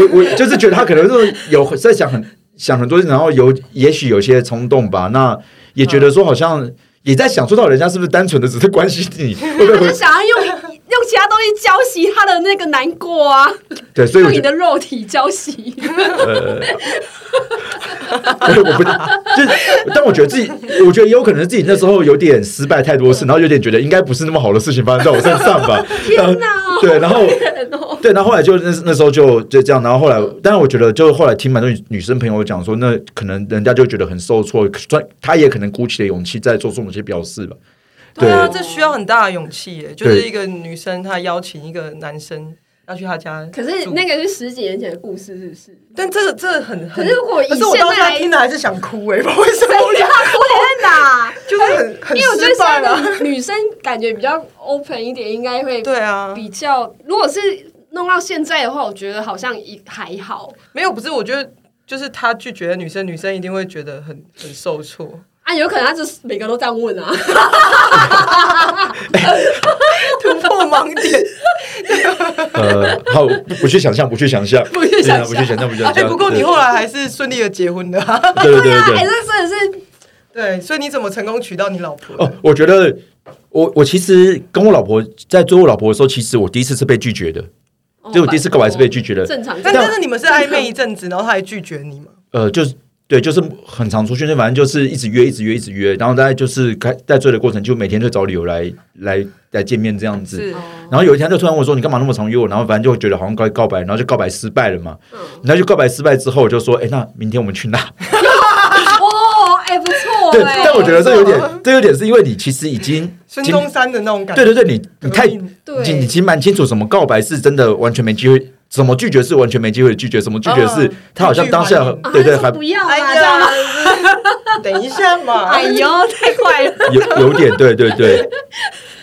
Speaker 2: 我我就是觉得他可能是有在想很想很多，然后有也许有些冲动吧。那也觉
Speaker 1: 嗯
Speaker 2: 得说好像也在想，说到底人家是不是单纯的只是关心 你，会不会
Speaker 1: 他
Speaker 2: 回
Speaker 1: 就想要用用其他东西浇熄他的那个难过啊，
Speaker 2: 对？所以我
Speaker 1: 用
Speaker 2: 觉
Speaker 1: 你
Speaker 2: 得。
Speaker 1: 的肉体浇熄。
Speaker 2: 呃， 我不就是，但我觉得自己，我觉得也有可能是自己那时候有点失败太多次，然后有点觉得应该不是那么好的事情发生在我身上吧。
Speaker 1: 天哪！
Speaker 2: 对，然后
Speaker 1: 人哦
Speaker 2: 对，然后后来就那那时候就就这样，然后后来，但是我觉得就后来听蛮多女女生朋友讲说，那可能人家就觉得很受挫，算她也可能鼓起了勇气在做出某些表示吧。
Speaker 3: 对啊，
Speaker 2: 对
Speaker 3: 这需要很大的勇气耶。就是一个女生，她邀请一个男生要去她家住，
Speaker 1: 可是
Speaker 2: 嗯
Speaker 1: 那个是十几年前的故事，是不是？
Speaker 3: 但这个这个很很，
Speaker 1: 可是我以
Speaker 3: 可是我
Speaker 1: 现
Speaker 3: 当
Speaker 1: 在
Speaker 3: 下听了还是想哭 哎，不知道为什么我 俩
Speaker 1: 他哭在哪？
Speaker 3: 就是很很
Speaker 1: 啊因为我觉得
Speaker 3: 失
Speaker 1: 现
Speaker 3: 败啊
Speaker 1: 在
Speaker 3: 了。
Speaker 1: 的女生感觉比较 open 一点，应该会
Speaker 3: 对啊，
Speaker 1: 比较。如果是弄到现在的话，我觉得好像也还好。
Speaker 3: 没有不是，我觉得就是他拒绝的女生，女生一定会觉得很很受 挫。
Speaker 1: 啊，有可能他就是每个都这样问啊，
Speaker 3: 突破盲点。
Speaker 2: 呃，好，不不去想象，不去想象，
Speaker 1: 不去想
Speaker 2: 对
Speaker 1: 象
Speaker 2: 不去想象，不去想
Speaker 3: 哎，
Speaker 2: 象。
Speaker 3: 不过你后来还是顺利的结婚的、 啊，
Speaker 2: 对对对对对
Speaker 1: 哎，这真的是
Speaker 3: 对，所以你怎么成功娶到你老婆？
Speaker 2: 哦，我觉得我我其实跟我老婆在追我老婆的时候，其实我第一次是被拒绝的，
Speaker 1: 哦
Speaker 2: 就
Speaker 1: ，Oh
Speaker 2: 我第一次告白是被拒绝的
Speaker 1: 正常。
Speaker 3: 但
Speaker 2: 这样
Speaker 3: 但是你们是暧昧一阵子，然后他还拒绝你嘛？
Speaker 2: 呃，就是对，就是很常出去，反正就是一直约，一直约，一直约，然后大概就是开在追的过程，就每天就找理由来来来见面这样子。
Speaker 3: 是
Speaker 1: 哦
Speaker 2: 然后有一天他就突然问我说：“你干嘛那么常约我？”然后反正就觉得好像该告白，然后就告白失败了嘛。然后就告白失败之后，我就说：“哎，那明天我们去哪？”
Speaker 1: 哦，哎，不错
Speaker 2: 对，
Speaker 1: 哎，
Speaker 2: 但我觉得这有点
Speaker 3: 不错，
Speaker 2: 这有点是因为你其实已经
Speaker 3: 孙
Speaker 2: 经
Speaker 3: 中山的那种感觉。
Speaker 2: 对对对，你你太
Speaker 3: 革命
Speaker 1: 对
Speaker 2: 你你其实蛮清楚，什么告白是真的完全没机会，什么拒绝是完全没机会拒绝，什么拒绝是
Speaker 3: 嗯
Speaker 2: 他好像当
Speaker 3: 拒
Speaker 2: 下
Speaker 3: 绝
Speaker 1: 啊
Speaker 2: 对对
Speaker 1: 他说
Speaker 2: 还
Speaker 1: 不要
Speaker 3: 哎
Speaker 1: 啦，这样吗？
Speaker 3: 呀， 等一下嘛，
Speaker 1: 哎呦，太快了！
Speaker 2: 有有点对对对，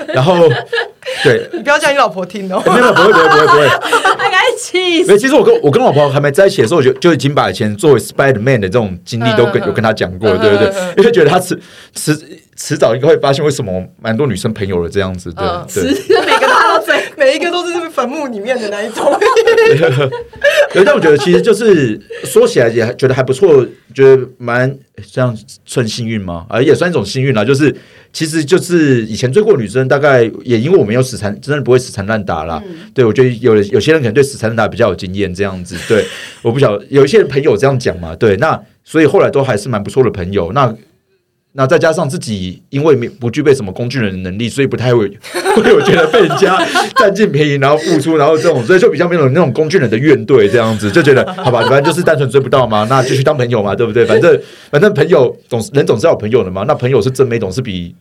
Speaker 2: 然后 对。
Speaker 3: 你不要叫你老婆听哦。
Speaker 2: 没有，不会，不会，不会，不会。
Speaker 1: 他哎该气
Speaker 2: 没
Speaker 1: 死。
Speaker 2: 有，其实我跟我跟我老婆还没在一起的时候，我就就已经把以前作为 Spider Man 的这种经历都跟
Speaker 3: 嗯嗯
Speaker 2: 有跟她讲过，
Speaker 3: 嗯
Speaker 2: 对对
Speaker 3: 嗯嗯
Speaker 2: 对，因为觉得她迟迟迟早应该会发现为什么蛮多女生朋友了这样子，对
Speaker 3: 嗯
Speaker 2: 对。
Speaker 3: 每个都是这， 每一个都是坟墓里面的那一 种。
Speaker 2: 对，但我觉得其实就是说起来也觉得还不错，觉得蛮这样算幸运吗？啊，也算一种幸运啦。就是其实就是以前追过女生，大概也因为我没有死缠，真的不会死缠烂打啦。对，我觉得有有些人可能对死缠烂打比较有经验，这样子。对，我不晓得有一些朋友这样讲嘛。对，那所以后来都还是蛮不错的朋友。那那再加上自己因为没不具备什么工具人的能力，所以不太会 会有觉得被人家占尽便宜，然后付出，然后这种，所以就比较没有那种工具人的怨怼，这样子就觉得好吧，反正就是单纯追不到嘛，那继续当朋友嘛，对不对？反正反正朋友总是人总是要有朋友的嘛，那朋友是真没总是比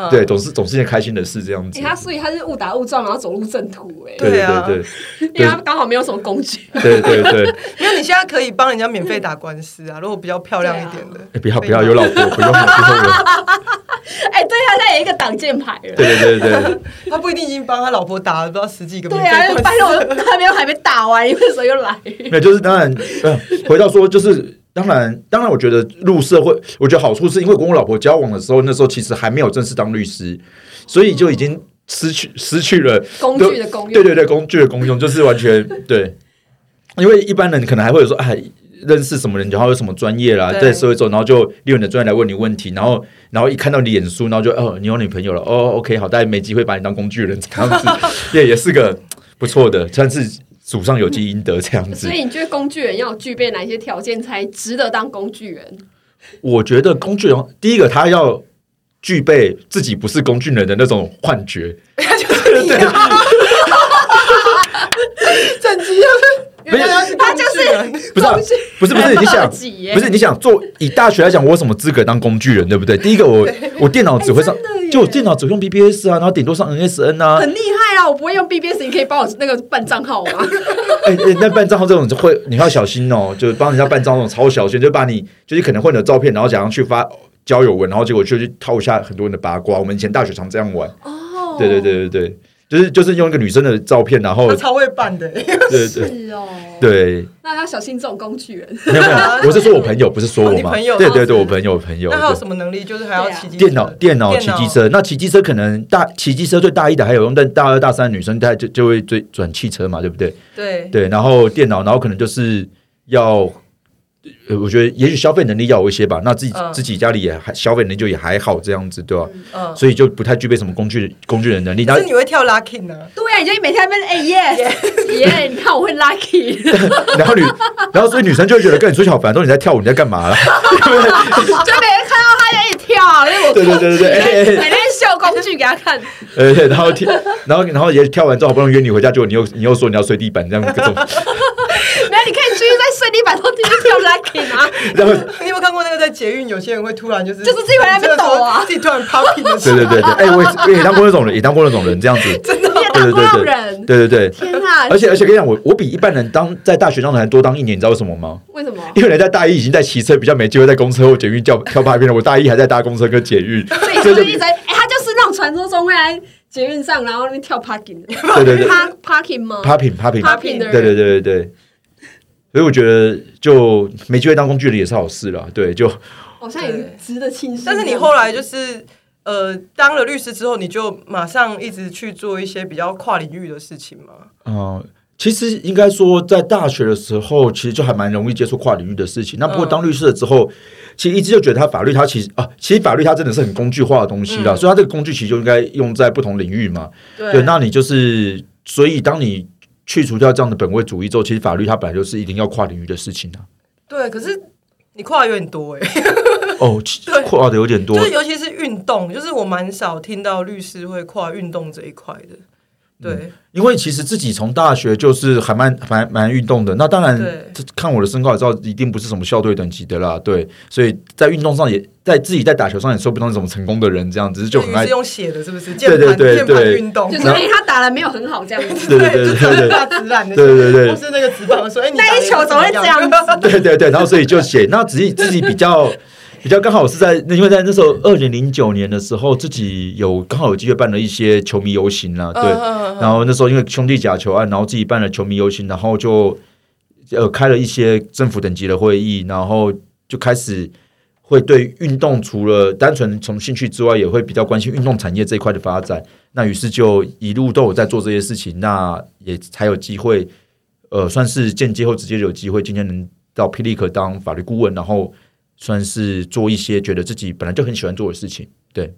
Speaker 3: 嗯
Speaker 2: 对，总是总是一件开心的事，这样子
Speaker 1: 哎，。他所以他是误打误撞，然后走入正途哎，
Speaker 2: 对
Speaker 3: 对啊
Speaker 2: 对
Speaker 1: 因为他刚好没有什么工具。
Speaker 2: 对对对对对，
Speaker 3: 没有，你现在可以帮人家免费打官司啊，如果比较漂亮一点
Speaker 1: 啊
Speaker 3: 的。
Speaker 2: 哎不要不要有老婆，不用了不用了，
Speaker 1: 哎，对，他现在有一个挡箭牌了。
Speaker 2: 对对对对，
Speaker 3: 他不一定已经帮他老婆打了不知道十几个
Speaker 1: 对
Speaker 3: 免
Speaker 1: 啊
Speaker 3: 费，官
Speaker 1: 拜
Speaker 3: 司。
Speaker 1: 托，我还没有还没打完，你为什么又来？
Speaker 2: 没有，就是当然，呃，回到说，就是当然，当然，我觉得入社会，我觉得好处是因为我跟我老婆交往的时候，那时候其实还没有正式当律师，所以就已经失去失去了
Speaker 1: 工具的功用
Speaker 2: 对对对，工具的功用就是完全对，因为一般人可能还会有说，哎。认识什么人，然后有什么专业啦，
Speaker 3: 对
Speaker 2: 在社会中，然后就利用你的专业来问你问题，然后，然后一看到你脸书，然后就哦，你有女朋友了，哦，OK，好，但没机会把你当工具人这样子， 也也是个不错的，算是祖上有积阴德这样子。
Speaker 1: 所以你觉得工具人要具备哪些条件才值得当工具人？
Speaker 2: 我觉得工具人第一个他要具备自己不是工具人的那种幻觉，
Speaker 3: 就是你啊，整集
Speaker 2: 不是
Speaker 3: 就是
Speaker 1: 他就是
Speaker 2: 不是啊、
Speaker 1: 工具
Speaker 2: 不是不是
Speaker 1: 人
Speaker 2: 你 想
Speaker 1: 特技耶
Speaker 2: 不是你想做以大学来讲，我有什么资格当工具人，对 不对？第一个我我电脑只会上
Speaker 1: 哎真的耶，
Speaker 2: 就我电脑只用 BBS 啊，然后顶多上 NSN 啊，
Speaker 1: 很厉害啊！我不会用 BBS，你可以帮我那个办账号 吗？
Speaker 2: 哎、哎那办账号这种就会你要小心哦，就是帮人家办账号那种超小心，就把你就是可能混的照片，然后假装去发交友文，然后结果就去套一下很多人的八卦。我们以前大学常这样玩，
Speaker 1: 哦，
Speaker 2: 对对，对对对，就是就是用一个女生的照片，然后
Speaker 3: 他超会办的，
Speaker 2: 对 对
Speaker 1: 是哦。，
Speaker 2: 对。
Speaker 1: 那要小心这种工具人。
Speaker 2: 没有没有， 我是说我朋友，不是说
Speaker 3: 哦
Speaker 2: 我
Speaker 3: 你
Speaker 2: 吗？
Speaker 3: 朋友
Speaker 2: 对
Speaker 3: 哦
Speaker 2: 对对，
Speaker 1: 是
Speaker 2: 我朋友我朋友。
Speaker 3: 那还有
Speaker 2: 对
Speaker 3: 什么能力？就是还要骑机车
Speaker 2: 电脑、电脑、骑机，车，那骑机车可能大骑机车对大一的还有用，但大二大三的女生她就就会追转汽车嘛，对不对？
Speaker 3: 对，
Speaker 2: 对，然后电脑，然后可能就是要，呃，我觉得也许消费能力要有一些吧。那自己、
Speaker 3: 嗯
Speaker 2: 自己家里也还消费能力就也还好这样子，对吧、
Speaker 3: 嗯，
Speaker 2: 所以就不太具备什么工具工具人能力。然后
Speaker 3: 是你会跳 lucky 呢？
Speaker 1: 对
Speaker 2: 啊
Speaker 1: 呀，你就每天在那边哎 耶耶，你看我会 lucky，
Speaker 2: 然后女，然后所以女生就会觉得跟你出去好烦，说你在跳舞，你在干嘛啦？
Speaker 1: 就每天看到他在一直跳啊，因为我
Speaker 2: 对对对对对哎哎哎
Speaker 1: 每天秀工具给他看，
Speaker 2: 呃，然后 跳，然后然后也跳完之后，好不容易约你回家，结果你又你又说你要睡地板，这样各种，
Speaker 1: 没有，你可以继续在睡地板上继续跳 lucky 吗？
Speaker 2: 然后
Speaker 3: 你有没有看过那个在捷运，有些人会突然就是
Speaker 1: 就是自己回来那边抖啊
Speaker 3: 自己突然 popping 的时
Speaker 2: 对
Speaker 3: 候，
Speaker 2: 对对 对，哎、我也我也当过那种人，也当过那种人，这样子，对
Speaker 1: 你也当
Speaker 2: 对
Speaker 1: 不到
Speaker 2: 对
Speaker 1: 人
Speaker 2: 对，对对对，
Speaker 1: 天啊！
Speaker 2: 而且而且跟你讲，我我比一般人当在大学当的还多当一年，你知道为什么吗？
Speaker 1: 为什么？
Speaker 2: 因为人在大一已经在骑车，比较没机会在公车或捷运跳 跳拍片了，我大一还在搭公车跟捷 运，
Speaker 1: 所以是
Speaker 2: 所以
Speaker 1: 不
Speaker 2: 就是
Speaker 1: 一直在哎，他就是那种传说中会来捷运上，然后那边跳 parking 的，
Speaker 2: 对对对
Speaker 1: Pa-，parking 吗
Speaker 2: popping popping，
Speaker 1: ？parking 的人，
Speaker 2: 对对对对对。所以我觉得，就没机会当工具人也是好事了。对，就
Speaker 1: 好像也值得庆幸。
Speaker 3: 但是你后来就是呃，当了律师之后，你就马上一直去做一些比较跨领域的事情嘛？
Speaker 2: 嗯，其实应该说，在大学的时候，其实就还蛮容易接触跨领域的事情。那不过
Speaker 3: 嗯
Speaker 2: 当律师了之后，其实一直就觉得他法律，他其实啊，其实法律它真的是很工具化的东
Speaker 3: 嗯
Speaker 2: 西啦，所以它这个工具其实就应该用在不同领域嘛。对，那你就是，所以当你去除掉这样的本位主义之后，其实法律它本来就是一定要跨领域的事情啊。
Speaker 3: 对，可是你跨有点多哎、
Speaker 2: 哦，其
Speaker 3: 对
Speaker 2: 跨的有点多
Speaker 3: 就，是尤其是运动，就是我蛮少听到律师会跨运动这一块的。
Speaker 2: 嗯
Speaker 3: 对，
Speaker 2: 因为其实自己从大学就是还蛮蛮蛮运动的，那当然
Speaker 3: 对
Speaker 2: 这看我的身高也知道，一定不是什么校队等级的啦，对，所以在运动上也在自己在打球上也说不上什么成功的人，这样只是就很
Speaker 3: 于
Speaker 2: 爱
Speaker 3: 是，用写的，是不是？键
Speaker 2: 对
Speaker 3: 盘
Speaker 2: 对
Speaker 3: 键盘
Speaker 2: 对
Speaker 3: 运动，
Speaker 1: 就是哎，他打的没有很好这样子，
Speaker 2: 对对对
Speaker 3: 就
Speaker 2: 对
Speaker 3: 是
Speaker 2: 对
Speaker 3: 大直男的，
Speaker 2: 对对对
Speaker 3: 或是那个直棒说，哎，你
Speaker 1: 那一球怎么会这样子？
Speaker 2: 对对对对，然后所以就写，那自己自己比较 比较刚好是在，因为在那时候二零零九年的时候，自己有刚好有机会办了一些球迷游行啦，对，
Speaker 3: 嗯嗯嗯
Speaker 2: 然后那时候因为兄弟假球案，然后自己办了球迷游行，然后就呃开了一些政府等级的会议，然后就开始会对运动除了单纯从兴趣之外，也会比较关心运动产业这一块的发展。那于是就一路都有在做这些事情，那也才有机会，呃，算是间接或直接有机会，今天能到霹雳可当法律顾问，然后算是做一些觉得自己本来就很喜欢做的事情。对，
Speaker 1: 哦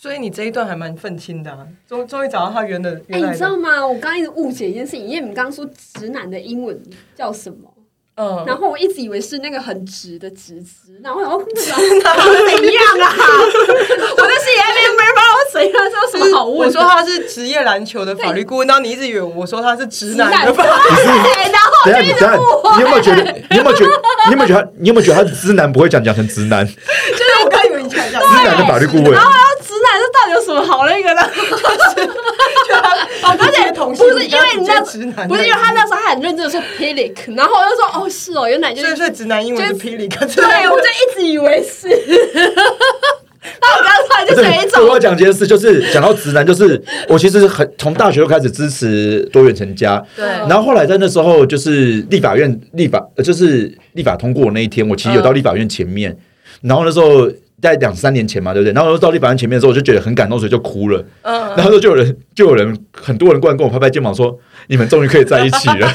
Speaker 3: 所以你这一段还蛮愤青的啊，终终于找到他原的
Speaker 1: 哎，
Speaker 3: 原
Speaker 1: 你
Speaker 3: 来
Speaker 1: 知
Speaker 3: 的
Speaker 1: 道吗？我刚刚一直误解一件事情，因为你刚刚说直男的英文叫什么？
Speaker 3: 嗯，
Speaker 1: 然后我一直以为是那个很直的直直，然后我想说 直哪怎样啊？我在心里还没没把我怎样，这有什么好问
Speaker 3: 我
Speaker 1: 的？
Speaker 3: 说他是职业篮球的法律顾问，然后你一直以为我说他是直男的 法律
Speaker 1: 啊
Speaker 3: 顾问
Speaker 1: 对，然后我欸
Speaker 2: 等一
Speaker 1: 就
Speaker 2: 下，你
Speaker 1: 一直
Speaker 2: 等一下，
Speaker 1: 误
Speaker 2: 你有没有
Speaker 1: 会，
Speaker 2: 觉得？你有没有觉得？你有没有觉得他？你有没有觉得他直男不会讲讲成直男？直
Speaker 3: 就是我刚以为你想讲直
Speaker 2: 男的法律顾问
Speaker 1: 哎然，后要直男这到底有什么好那个的？啊
Speaker 3: 哦，
Speaker 1: 而且
Speaker 3: 同性
Speaker 1: 不是因为你那
Speaker 3: 直男，
Speaker 1: 不是因为他那时候他很认真的说 pilic，然后我就说哦是哦，原来就
Speaker 3: 所以
Speaker 1: 是
Speaker 3: 所以直男英文是
Speaker 1: 就是
Speaker 3: pilic，对
Speaker 1: 对，我就一直以为是。 那我刚刚突然就
Speaker 2: 对，
Speaker 1: 有一
Speaker 2: 所以我要
Speaker 1: 种，
Speaker 2: 讲件事，就是讲到直男，就是我其实很从大学就开始支持多元成家，
Speaker 3: 对
Speaker 2: 然后后来在那时候就是立法院立法，呃就是立法通过那一天，我其实有到立法院前面，然后那时候。在两三年前嘛，对不对？然后到立法院前面的时候，我就觉得很感动，所以就哭了。
Speaker 3: 嗯
Speaker 2: 然后就有人，就有人，很多人过来跟我拍拍肩膀说：“你们终于可以在一起了。”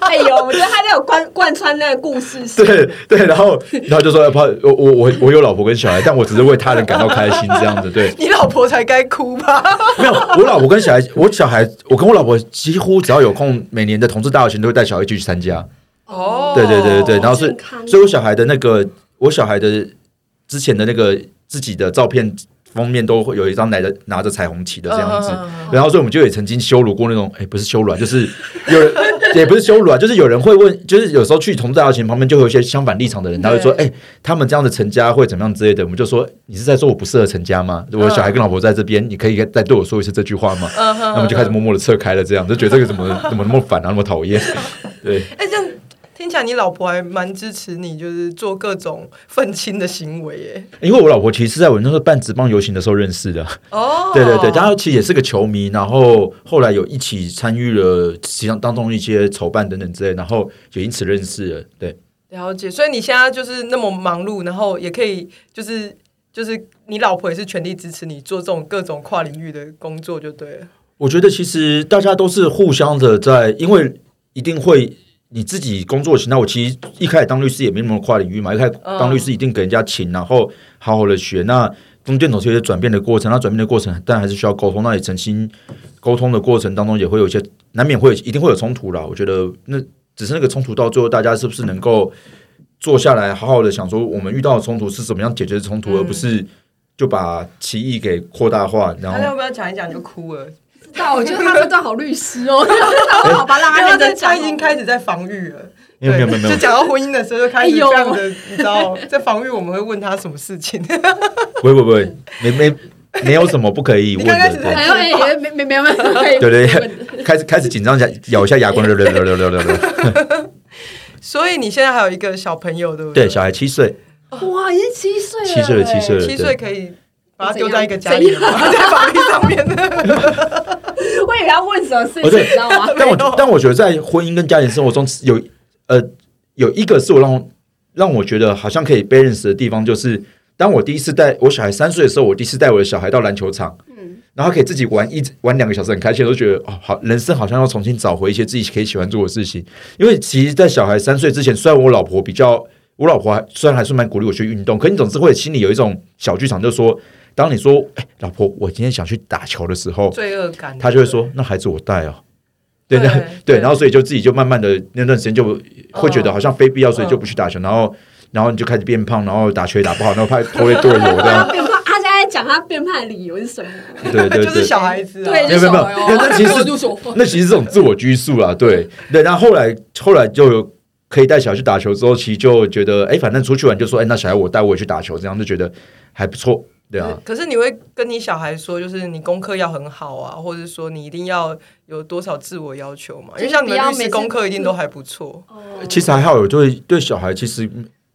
Speaker 1: 哎呦，我觉得他那有贯贯穿那个故事性。
Speaker 2: 对对，然后然后就说怕我我我我有老婆跟小孩，但我只是为他人感到开心这样子。对，
Speaker 3: 你老婆才该哭吧？
Speaker 2: 没有我老婆跟小孩，我小孩我跟我老婆几乎只要有空，每年的同志大游行都会带小孩一起去参加。
Speaker 3: 哦
Speaker 2: 对对对对对，然后
Speaker 1: 好
Speaker 2: 是
Speaker 1: 健康
Speaker 2: 所以我小孩的那个我小孩的之前的那个自己的照片。封面都会有一张拿着拿着彩虹旗的这样子
Speaker 3: 嗯嗯嗯嗯，
Speaker 2: 然后所以我们就也曾经羞辱过那种，哎，不是羞辱啊，就是有人也不是羞辱啊，就是有人会问，就是有时候去同志大游行旁边就会有一些相反立场的人，他会说，哎，他们这样的成家会怎么样之类的，我们就说你是在说我不适合成家吗？我小孩跟老婆在这边，你可以再对我说一次这句话吗？
Speaker 3: 嗯嗯哼
Speaker 2: 那我们就开始默默的撤开了，这样就觉得这个怎么怎么那么烦啊，那么讨厌， 对。
Speaker 3: 哎，这样听起来你老婆还蛮支持你，就是做各种愤青的行为耶。
Speaker 2: 因为我老婆其实是在我那时候办职棒游行的时候认识的，
Speaker 3: 哦，
Speaker 2: 对对对，然后其实也是个球迷，然后后来有一起参与了其中当中一些筹办等等之类，然后也因此认识了。对，
Speaker 3: 了解。所以你现在就是那么忙碌，然后也可以就是就是你老婆也是全力支持你做这种各种跨领域的工作，就对了。
Speaker 2: 我觉得其实大家都是互相的在，因为一定会。你自己工作型，那我其实一开始当律师也没那么跨领域嘛，一开始当律师一定给人家请，然后好好的啊学。那中间总是有些转变的过程，那转变的过程但还是需要沟通，那也曾经沟通的过程当中也会有一些难免会有一定会有冲突啦。我觉得那只是那个冲突到最后，大家是不是能够坐下来好好的想说，我们遇到的冲突是怎么样解决冲突，而不是就把歧义给扩大化。然
Speaker 3: 他要
Speaker 2: 后
Speaker 3: 不要讲一讲就哭了？
Speaker 1: 但我觉得他这段好律师 哦，好吧，让他
Speaker 3: 他
Speaker 1: 认真讲
Speaker 3: 他
Speaker 1: 哦。
Speaker 3: 已经开始在防御了。
Speaker 2: 没有没有没有没
Speaker 3: 对
Speaker 2: 有
Speaker 3: 就，讲到婚姻的时候，就开始
Speaker 1: 哎
Speaker 3: 这
Speaker 1: 呦
Speaker 3: 样的，你知道，在防御我们会问他什么事情。
Speaker 2: 不会不会不会，没没没有什么不可以问
Speaker 3: 你刚开
Speaker 2: 的
Speaker 3: 始。
Speaker 2: 对
Speaker 1: 哎呦，哎哎没没没没没，
Speaker 2: 对对，开始开始紧张一下，咬一下牙关，溜溜溜溜溜溜溜。
Speaker 3: 所以你现在还有一个小朋友，对不
Speaker 2: 对，小孩七岁，
Speaker 1: 哇，已经七岁了，
Speaker 2: 七岁了七岁了
Speaker 3: 七岁可以把他丢在一个家
Speaker 1: 怎
Speaker 3: 里
Speaker 1: 样
Speaker 3: 吗，在法律上面的。
Speaker 1: 我以为要问什么事
Speaker 2: 哦
Speaker 1: 情，
Speaker 2: 对
Speaker 1: 你知道吗？
Speaker 2: 但我
Speaker 3: 没有
Speaker 2: 但我觉得在婚姻跟家庭生活中有呃有一个是我让让我觉得好像可以 balance 的地方，就是当我第一次带我小孩三岁的时候，我第一次带我的小孩到篮球场，嗯，然后他可以自己玩一玩两个小时，很开心，都觉得哦好，人生好像要重新找回一些自己可以喜欢做的事情。因为其实，在小孩三岁之前，虽然我老婆比较。我老婆还虽然还是蛮鼓励我去运动，可你总是会心里有一种小剧场，就是说，当你说“哎、老婆，我今天想去打球”的时候，
Speaker 3: 罪恶感，
Speaker 2: 他就会 说：“那孩子我带哦。”对
Speaker 3: 对
Speaker 2: 对
Speaker 3: 对嗯
Speaker 2: 对，然后所以就自己就慢慢的那段时间就会觉得好像非必要，所以就不去打球，然后然后你就开始变胖，然后打球也打不好，然后怕头也剁了这
Speaker 1: 他
Speaker 2: 样，
Speaker 1: 变胖，他现在讲他变胖的理由是什么？
Speaker 2: 对对
Speaker 3: 就是
Speaker 2: 对。
Speaker 3: 小孩子啊。
Speaker 1: 对，
Speaker 2: 没有没有没有，那 那其实是那其实是这种自我拘束啦，对对。然后后来后来就有可以带小孩去打球之后，其实就觉得哎，反正出去玩就说哎，那小孩我带我也去打球，这样就觉得还不错，对啊。
Speaker 3: 可是你会跟你小孩说，就是你功课要很好啊，或者说你一定要有多少自我要求嘛？因为像你
Speaker 1: 就是不要
Speaker 3: 们律
Speaker 1: 每
Speaker 3: 师
Speaker 1: 次
Speaker 3: 功课一定都还不错，
Speaker 2: 其实还好，有对对小孩，其实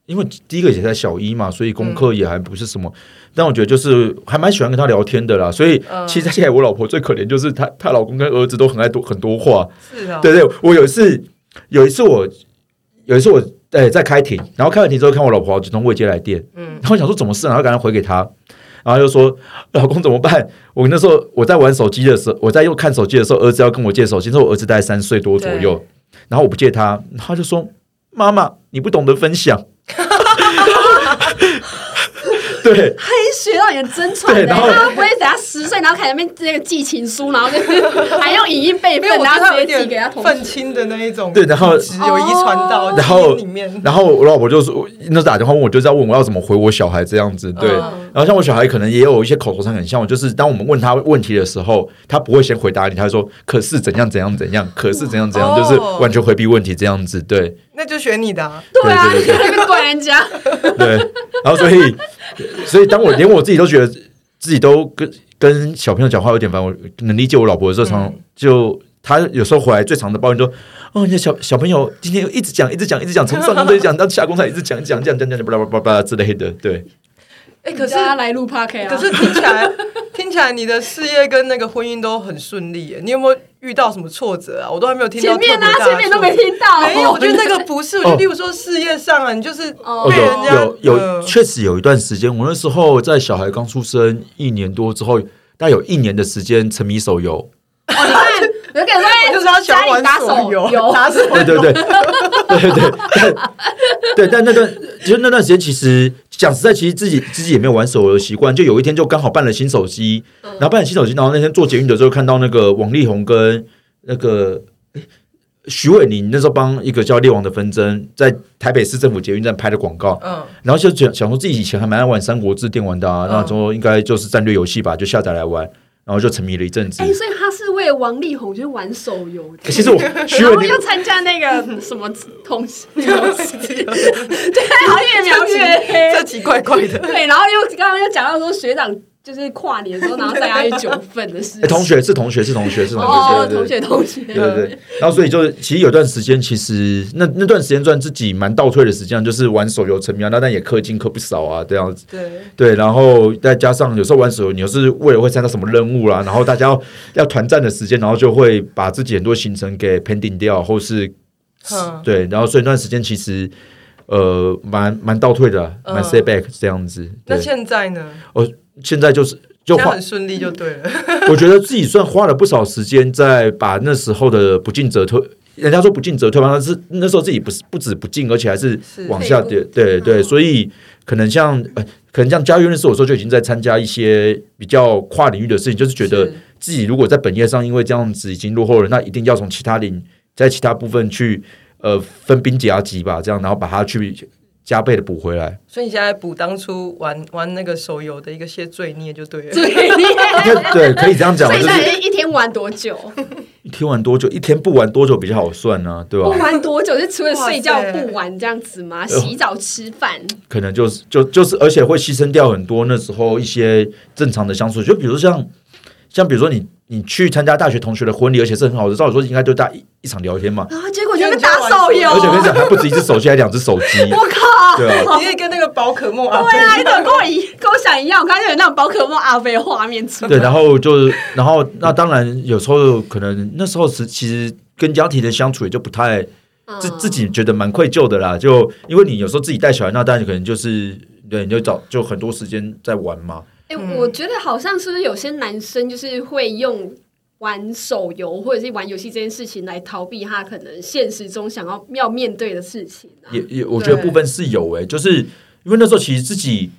Speaker 2: 因为第一个也在小一嘛，所以功课也还不是什么。但我觉得就是还蛮喜欢跟他聊天的啦。所以
Speaker 3: 嗯
Speaker 2: 其实现在我老婆最可怜就是她，她老公跟儿子都很爱多很多话。
Speaker 3: 是啊，
Speaker 2: 对对，我有一次有一次我有一次我哎在开庭，然后开完庭之后看我老婆从未接来电，
Speaker 3: 嗯
Speaker 2: 然后我想说怎么事啊，然后赶快回给她。然后就说：“老公怎么办？我那时候我在玩手机的时候，我在用看手机的时候，儿子要跟我借手机。那时候我儿子大概三岁多左右，然后我不借他，然后他就说：‘妈妈，你不懂得分享。’ 对，
Speaker 1: 嘿，学到你的真传
Speaker 2: 对
Speaker 1: 欸，
Speaker 2: 然后
Speaker 1: 他不会等他十岁，然后开始那边那个寄情书，然后就 还用影音备
Speaker 3: 因
Speaker 1: 份
Speaker 3: 为，我
Speaker 1: 然
Speaker 3: 觉得
Speaker 1: 后
Speaker 3: 他有
Speaker 1: 直
Speaker 3: 一
Speaker 1: 接寄给他
Speaker 3: 点
Speaker 1: 同
Speaker 3: 愤
Speaker 1: 学。
Speaker 3: 青的那一种，
Speaker 2: 对然后
Speaker 3: 只有遗传到
Speaker 2: 然
Speaker 1: 哦
Speaker 2: 后
Speaker 3: 基因里面，
Speaker 2: 然后我老婆就说，那时候打电话问我，就在问我要怎么回我小孩这样子。对，
Speaker 1: 嗯
Speaker 2: 然后像我小孩可能也有一些口头上很像我，就是当我们问他问题的时候，他不会先回答你，他说可是怎样怎样怎样，可是怎样怎样，
Speaker 3: 哦
Speaker 2: 就是完全回避问题这样子。对
Speaker 3: 那就选你的啊。
Speaker 1: 对啊，
Speaker 2: 对
Speaker 1: 你在那边管人家，
Speaker 2: 对，然后所以所以当我连我自己都觉得自己都跟跟小朋友讲话有点烦，我能理解我老婆的时候，常就。她有时候回来最常的抱怨说：“哦，你的小小朋友今天一直讲，一直讲，一直讲，从上公车讲到下公车，一直讲讲讲讲讲，巴拉巴拉巴拉之类的。”对，
Speaker 3: 哎，可是
Speaker 1: 你叫他来录 p a r k 啊，
Speaker 3: 可是听起来 听起来你的事业跟那个婚姻都很顺利耶，你有没有遇到什么挫折啊？我都还没有听到
Speaker 1: 前面
Speaker 3: 特别
Speaker 1: 啊，
Speaker 3: 大的
Speaker 1: 前面都没
Speaker 3: 挫折。
Speaker 1: 听到，
Speaker 3: 没有，我觉得那 个不是，我觉
Speaker 2: 哦
Speaker 3: 得例如说事业上啊，你就是
Speaker 1: 哦
Speaker 2: 哦
Speaker 3: 被人家
Speaker 2: 有有有，
Speaker 3: 呃
Speaker 2: 确实有一段时间，我那时候在小孩刚出生一年多之后，大概有一年的时间沉迷手游。
Speaker 1: 哦，你看，有个人
Speaker 3: 就
Speaker 1: 说
Speaker 3: 是
Speaker 1: 哎在
Speaker 3: 他喜
Speaker 1: 家
Speaker 3: 欢
Speaker 1: 里
Speaker 3: 玩
Speaker 1: 打
Speaker 3: 手
Speaker 1: 手
Speaker 3: 游，
Speaker 1: 游，
Speaker 3: 打手
Speaker 2: 对对对对对对对，但那段其实那段时间，其实讲实在，其实自己自己也没有玩手游的习惯。就有一天就刚好办了新手机，
Speaker 3: 嗯
Speaker 2: 然后办了新手机，然后那天做捷运的时候看到那个王力宏跟那个。诶徐伟宁那时候帮一个叫《猎王的纷争》在台北市政府捷运站拍的广告，
Speaker 3: 嗯，
Speaker 2: 然后就想想说自己以前还蛮爱玩《三国志》电玩的啊，
Speaker 3: 嗯
Speaker 2: 那时候应该就是战略游戏吧，就下载来玩，然后就沉迷了一阵子。
Speaker 1: 哎，所以他是为王力宏去玩手游 的，
Speaker 2: 其实我徐
Speaker 1: 然
Speaker 2: 伟
Speaker 1: 后
Speaker 2: 宁
Speaker 1: 又参加那个什么 同事，对，好越描越
Speaker 3: 这
Speaker 1: 黑，
Speaker 3: 集怪怪的。
Speaker 1: 对，然后又刚刚又讲到说学长就是跨年的时候，然后带他去九份的事
Speaker 2: 哎
Speaker 1: 情，
Speaker 2: 同学是同学是同学是同
Speaker 1: 哦
Speaker 2: 学，，
Speaker 1: 同
Speaker 2: 对对对
Speaker 1: 学嗯同学，
Speaker 2: 对对对。然后所以就其实有段时间，其实那那段时间算自己蛮倒退的时间，就是玩手游沉迷啊，那但也氪金氪不少啊，这样子。
Speaker 3: 对，
Speaker 2: 对，然后再加上有时候玩手游，你又是为了会参加什么任务啦，然后大家要要团战的时间，然后就会把自己很多行程给 pending 掉，或是
Speaker 3: 嗯，
Speaker 2: 对，然后所以那段时间其实呃蛮蛮倒退的，
Speaker 3: 嗯
Speaker 2: 蛮 stay back 这样子。
Speaker 3: 那
Speaker 2: 对，
Speaker 3: 现在呢？
Speaker 2: 现在就是就
Speaker 3: 现在
Speaker 2: 花
Speaker 3: 很，顺利就对了。
Speaker 2: 我觉得自己算花了不少时间在把那时候的不进则退。人家说不进则退嘛，但是那时候自己不是不止不进，而且还是
Speaker 3: 是
Speaker 2: 往下跌。对
Speaker 1: 嗯
Speaker 2: 对，所以可能像呃，可能像嘉玉认识我的时候就已经在参加一些比较跨领域的事情，就是觉得
Speaker 3: 是
Speaker 2: 自己如果在本业上因为这样子已经落后了，那一定要从其他领在其他部分去呃分兵夹击吧，这样然后把它去加倍的补回 来。
Speaker 3: 所以你现在补当初玩玩那个手游的一个些罪孽就对了。
Speaker 1: 对对，
Speaker 2: 你看对，可以这样讲，
Speaker 1: 所以
Speaker 2: 就
Speaker 1: 那
Speaker 2: 是
Speaker 1: 你一天玩多久？
Speaker 2: 一天玩多久，一天不玩多久比较好算呢、对
Speaker 1: 不
Speaker 2: 吧？
Speaker 1: 玩多久？就除了睡觉
Speaker 3: 哇塞
Speaker 1: 不玩这样子吗？洗澡、吃饭，
Speaker 2: 可能就是就就是，而且会牺牲掉很多那时候一些正常的相处，就比如像像比如说你你去参加大学同学的婚礼，而且是很好的，照理说应该就大一一场聊天嘛，
Speaker 1: 然后啊结果就被打手游
Speaker 2: 而，且跟你讲还不止一只手机，还两只手 机，
Speaker 1: 我靠！
Speaker 2: 对啊。
Speaker 3: 你也跟那个宝可梦啊，
Speaker 1: 对啊，嗯你怎么跟我一跟我想一样？我刚刚就有那种宝可梦阿飞的画面出来。
Speaker 2: 对，然后就是，然后那当然有时候可能那时候是其实跟家庭的相处也就不太
Speaker 1: 嗯
Speaker 2: 自自己觉得蛮愧疚的啦，就因为你有时候自己带小孩，那当然可能就是对，你就找就很多时间在玩嘛。
Speaker 1: 哎、我觉得好像是不是有些男生就是会用玩手游或者是玩游戏这件事情来逃避他可能现实中想要要面对的事情、啊？
Speaker 2: 也 也，我觉得
Speaker 3: 对
Speaker 2: 部分是有诶、就是因为那时候其实自己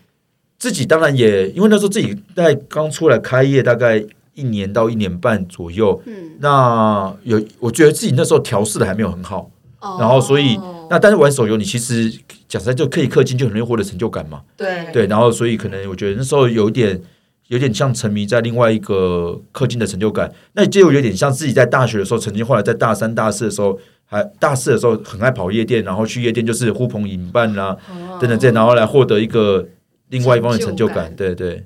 Speaker 2: 自己当然也，因为那时候自己在刚出来开业大概一年到一年半左右，
Speaker 1: 嗯，
Speaker 2: 那有我觉得自己那时候调试的还没有很好，
Speaker 1: 哦
Speaker 2: 然后所以那但是玩手游你其实讲实在就可以氪金，就很容易获得成就感嘛。
Speaker 1: 对
Speaker 2: 对，然后所以可能我觉得那时候有一点有点像沉迷在另外一个氪金的成就感，那就有点像自己在大学的时候，曾经后来在大三、大四的时候，还大四的时候很爱跑夜店，然后去夜店就是呼朋引伴啦、等等这些，然后来获得一个另外一方面的成就感。
Speaker 1: 哦成
Speaker 2: 对对，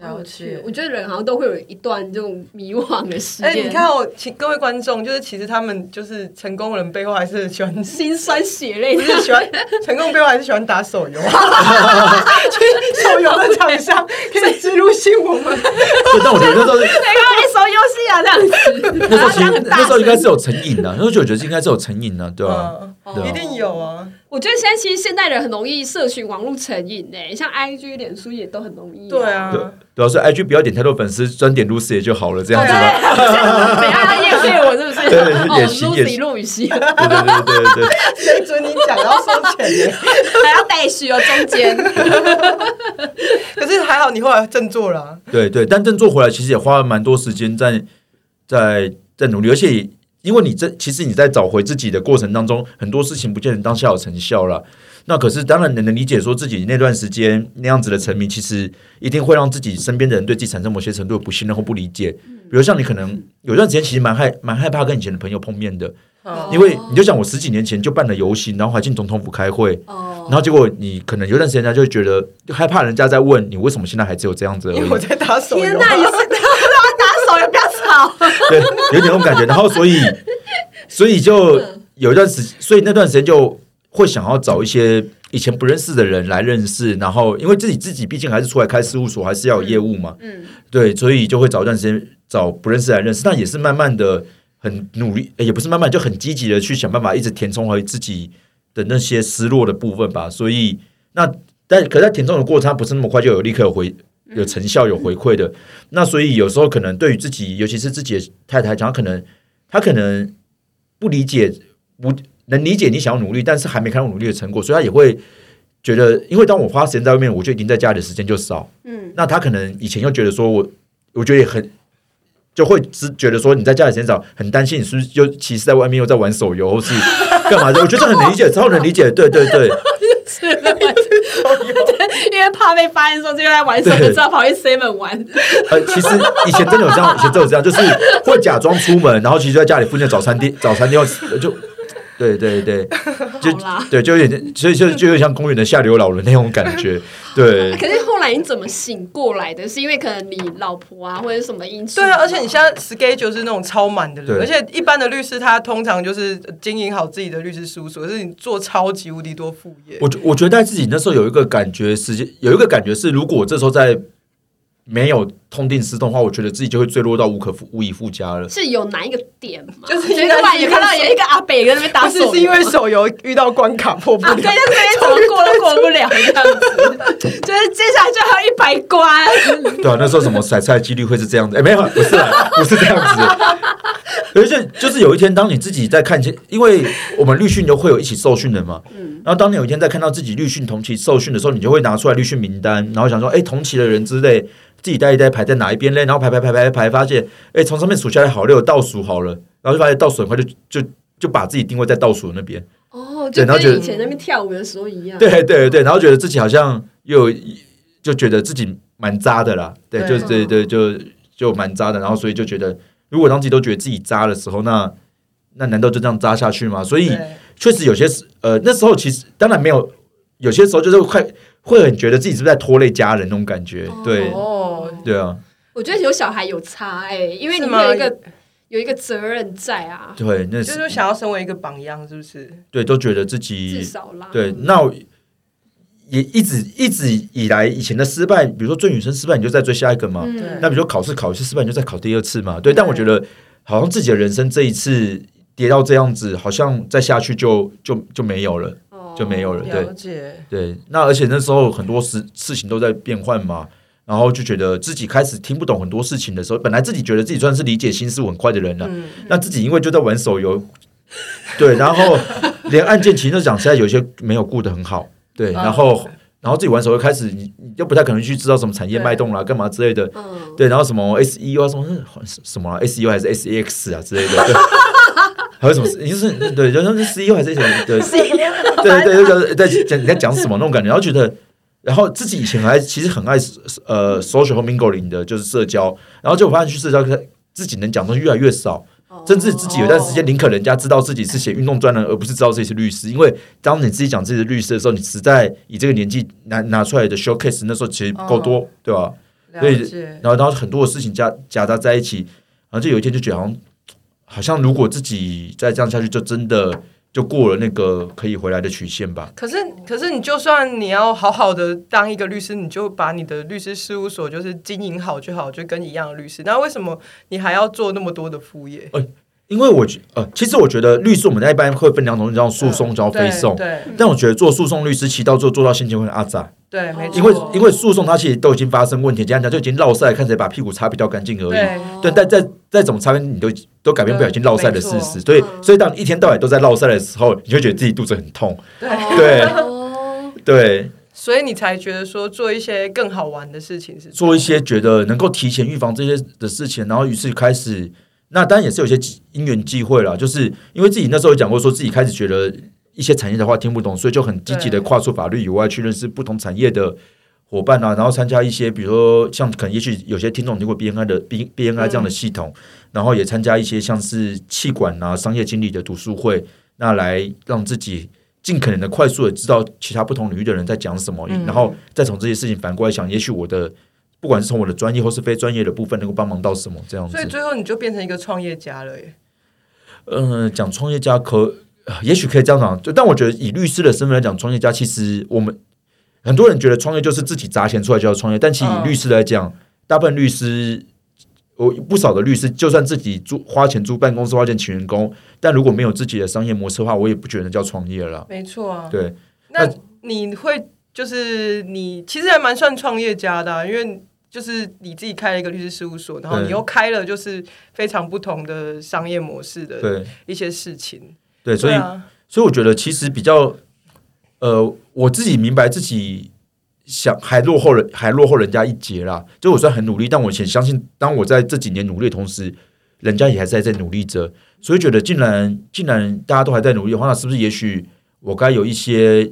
Speaker 1: 好有趣，我觉得人好像都会有一段这种迷惘的时
Speaker 3: 哎，
Speaker 1: 间，
Speaker 3: 你看我，请各位观众，就是其实他们就是成功人背后还是喜欢， 不
Speaker 1: 心酸血泪的。
Speaker 3: 是喜欢成功背后还是喜欢打手 游，去手游的厂商可以植入新我们。
Speaker 2: 对但我觉得那时候是。
Speaker 1: 对，刚刚一手游戏啊，这样子，
Speaker 2: 那时候
Speaker 1: 然后
Speaker 2: 其
Speaker 1: 这样
Speaker 2: 实
Speaker 1: 很大
Speaker 2: 那时候应该
Speaker 1: 声
Speaker 2: 是有成瘾的、那时候就觉得应该是有成瘾的、对吧、
Speaker 3: 嗯，
Speaker 2: 对啊
Speaker 3: 一定有啊。
Speaker 1: 我觉得现在
Speaker 4: 欸
Speaker 1: 其实现代人很容易社群网络成瘾呢、像 IG、脸书也都很容易、
Speaker 3: 对啊，
Speaker 2: 对啊，所以 IG 不要点太多粉丝，专点 Lucy 也就好了，这样子吧。
Speaker 4: 等一下要谢啊我是不是？
Speaker 2: 对
Speaker 4: 哦
Speaker 2: 演习演习
Speaker 4: ，Lucy 陆雨熙 还
Speaker 2: 对对对对对对。
Speaker 3: 谁准你讲要收钱耶？
Speaker 4: 要带序哦，中间
Speaker 3: 可是还好你后来振作了啊、
Speaker 2: 对对，但振作回来其实也花了蛮多时间在在在努力，而且也因为你这其实你在找回自己的过程当中，很多事情不见得当下有成效了。那可是当然能能理解，说自己那段时间那样子的沉迷，其实一定会让自己身边的人对自己产生某些程度的不信任或不理解。比如像你可能有段时间其实蛮害蛮害怕跟以前的朋友碰面的，
Speaker 3: 哦
Speaker 2: 因为你就想我十几年前就办了游行，然后还进总统府开会，
Speaker 4: 哦，
Speaker 2: 然后结果你可能有段时间他就会觉得就害怕人家在问你为什么现在还只有这样子而已。
Speaker 3: 因为我在打手
Speaker 4: 天
Speaker 3: 游、啊
Speaker 4: 哪，你是打手也不要吵，
Speaker 2: 对，有点那种感觉。然后所以，所以就有一段时，所以那段时间就会想要找一些以前不认识的人来认识。然后，因为自己自己毕竟还是出来开事务所，还是要有业务嘛，
Speaker 4: 嗯，
Speaker 2: 对，所以就会找一段时间找不认识的来认识。但也是慢慢的很努力，呃也不是慢慢就很积极的去想办法，一直填充回自己的那些失落的部分吧。所以那但可在填充的过程，它不是那么快就有立刻有回有成效有回馈的。那所以有时候可能对于自己，尤其是自己的太太讲，她可能她可能不理解，不能理解你想要努力，但是还没看到努力的成果，所以她也会。觉得，因为当我花时间在外面，我就已经在家里的时间就少。
Speaker 4: 嗯，
Speaker 2: 那她可能以前又觉得说我，我觉得也很就会只觉得说你在家里时间少，很担心你是不是又其实在外面又在玩手游，或是干嘛的？我觉得这很能理解，超能理解。对对对，
Speaker 4: 因为怕被发现说这个在玩什么，
Speaker 2: 对
Speaker 4: 知道跑去 Seven 玩，
Speaker 2: 呃，其实以前真的有这样，以前真的有这样，就是会假装出门，然后其实就在家里附近的早餐 店，早餐店要就。对对对，就
Speaker 4: 好啦
Speaker 2: 对，就有点，所以就就有点像公园的下流老人那种感 觉。对，
Speaker 4: 可是后来你怎么醒过来的？是因为可能你老婆啊，或者是什么因素？
Speaker 3: 对啊，而且你现在 schedule 是那种超满的人，
Speaker 2: 对
Speaker 3: 而且一般的律师他通常就是经营好自己的律师事务所，可是你做超级无敌多副业。
Speaker 2: 我觉我觉得自己那时候有一个感觉，时间有一个感觉是，如果我这时候在没有痛定思痛的话，我觉得自己就会坠落到无可复无以复加了。
Speaker 4: 是有哪一个点吗？
Speaker 3: 就是
Speaker 4: 觉
Speaker 3: 应
Speaker 4: 得
Speaker 3: 该
Speaker 4: 吧，
Speaker 3: 是
Speaker 4: 也看到有一个阿北在那边打手
Speaker 3: 不是
Speaker 4: 游，
Speaker 3: 是因为手游遇到关卡破不
Speaker 4: 啊，
Speaker 3: 了，
Speaker 4: 对，就是连怎么过都过不了这样子，就是接下来就还有一百关，
Speaker 2: 对啊，那时候什么甩菜几率会是这样子？哎，没有，不是啦，不是这样子。 而且就是有一天，当你自己在看见，因为我们律训都会有一起受训的嘛，然后当你有一天在看到自己律训同期受训的时候，你就会拿出来律训名单，然后想说，哎，同期的人之类，自己带一带排在哪一边嘞？然后排排排排排，发现，哎，从上面数下来好六，倒数好了，然后就发现倒数很快就就就把自己定位在倒数那边。
Speaker 4: 哦，就
Speaker 2: 对然后觉得
Speaker 4: 跟以前那边跳舞的时候一
Speaker 3: 嗯
Speaker 4: 样，
Speaker 2: 对对对，然后觉得自己好像又有就觉得自己蛮渣的啦，对，
Speaker 3: 对
Speaker 2: 就对对就就蛮渣的，然后所以就觉得，如果当自己都觉得自己渣的时候，那那难道就这样渣下去吗？所以
Speaker 3: 对
Speaker 2: 确实有些时呃那时候其实当然没有，有些时候就是会会很觉得自己是不是在拖累家人那种感觉，对
Speaker 3: 哦，
Speaker 2: 对啊，
Speaker 4: 我觉得有小孩有差哎、因为你
Speaker 3: 是吗
Speaker 4: 会有一个有一个责任在啊，
Speaker 2: 对，那
Speaker 3: 就是想要身为一个榜样，是不是？
Speaker 2: 对都觉得自
Speaker 4: 至
Speaker 2: 己
Speaker 4: 少啦，
Speaker 2: 对，那我也一直一直以来以前的失败，比如说追女生失败，你就再追下一个嘛，
Speaker 4: 嗯，
Speaker 2: 那比如说考试考一次失败，你就再考第二次嘛。对，但我觉得好像自己的人生这一次跌到这样子，好像再下去就就就没有了，
Speaker 4: 哦
Speaker 2: 就没有了。对
Speaker 3: 了解，
Speaker 2: 对，那而且那时候很多事事情都在变换嘛，然后就觉得自己开始听不懂很多事情的时候，本来自己觉得自己算是理解新事物很快的人了，
Speaker 3: 嗯，
Speaker 2: 那自己因为就在玩手游，对，然后连案件其实讲实在有些没有顾得很好，对，然
Speaker 3: 嗯啊
Speaker 2: 后然后自己玩手游开始，你你就不太可能去知道什么产业脉动啦、干嘛之类的，
Speaker 4: 嗯，
Speaker 2: 对，然后什么 SEO 啊，什么什么、啊、SEO 还是 SEX 啊之类的，对 还有什么你就是对，然后是 SEO 还是什么对， 对对对对对，讲你在讲什么那种感觉，然后觉得，然后自己以前还其实很爱呃 social 和 mingling 的，就是社交，然后就发现去社交自己能讲的东西越来越少。甚至自己有段时间宁可人家知道自己是写运动专栏，而不是知道自己是律师，因为当你自己讲自己是律师的时候，你实在以这个年纪拿拿出来的 showcase 那时候其实不够多，对吧、所以
Speaker 3: 了解。
Speaker 2: 然后然后很多的事情夹夹杂在一起，然后就有一天就觉得好像好像如果自己再这样下去，就真的就过了那个可以回来的曲线吧。
Speaker 3: 可是，可是你就算你要好好的当一个律师，你就把你的律师事务所就是经营好就好，就跟一样的律师。那为什么你还要做那么多的副业？
Speaker 2: 因为我觉呃，其实我觉得律师我们一般会分两种，叫诉讼，叫非讼。
Speaker 3: 嗯对
Speaker 2: 但我觉得做诉讼律师，其实到最后做到心情会很阿杂，
Speaker 3: 对，没错，
Speaker 2: 因为因为诉讼它其实都已经发生问题，简单讲就已经落赛，看谁把屁股擦比较干净而已。
Speaker 3: 对
Speaker 2: 对，但再再怎么擦，你都都改变不了已经落赛的事实。所以，
Speaker 3: 嗯
Speaker 2: 所以当你一天到晚都在落赛的时候，你会觉得自己肚子很痛。
Speaker 3: 对，
Speaker 2: 对
Speaker 4: 哦，
Speaker 2: 对，
Speaker 3: 所以你才觉得说做一些更好玩的事情是
Speaker 2: 做一些觉得能够提前预防这些的事情，然后于是开始，那当然也是有些机因缘际会啦，就是因为自己那时候有讲过，说自己开始觉得一些产业的话听不懂，所以就很积极的
Speaker 3: 对
Speaker 2: 跨出法律以外去认识不同产业的伙伴啊，然后参加一些比如说像可能也许有些听众听过 BNI 的 B BNI
Speaker 3: 嗯
Speaker 2: 这样的系统，然后也参加一些像是气管啊商业经理的读书会，那来让自己。尽可能的快速的知道其他不同领域的人在讲什么，
Speaker 3: 嗯
Speaker 2: 然后再从这些事情反过来想，也许我的不管是从我的专业或是非专业的部分，能够帮忙到什么这样子
Speaker 3: 所以。最后你就变成一个创业家了耶。
Speaker 2: 嗯、讲创业家可呃也许可以这样讲，就但我觉得以律师的身份来讲，创业家其实我们很多人觉得创业就是自己砸钱出来就叫创业，但其实
Speaker 3: 嗯
Speaker 2: 以律师来讲，大部分律师。我不少的律师，就算自己租花钱租办公室、花钱请员工，但如果没有自己的商业模式的话，我也不觉得叫创业了。
Speaker 3: 没错啊，
Speaker 2: 对，
Speaker 3: 那
Speaker 2: 那
Speaker 3: 你会就是你其实还蛮算创业家的啊、因为就是你自己开了一个律师事务所，然后
Speaker 2: 对
Speaker 3: 你又开了就是非常不同的商业模式的
Speaker 2: 对，
Speaker 3: 一些事情，
Speaker 2: 对，所以
Speaker 3: 对啊
Speaker 2: 所以我觉得其实比较，呃，我自己明白自己想还落后人还落后人家一截啦。就我虽然很努力，但我也相信，当我在这几年努力的同时，人家也还在在努力着。所以觉得，竟然竟然大家都还在努力的话，那是不是也许我该有一些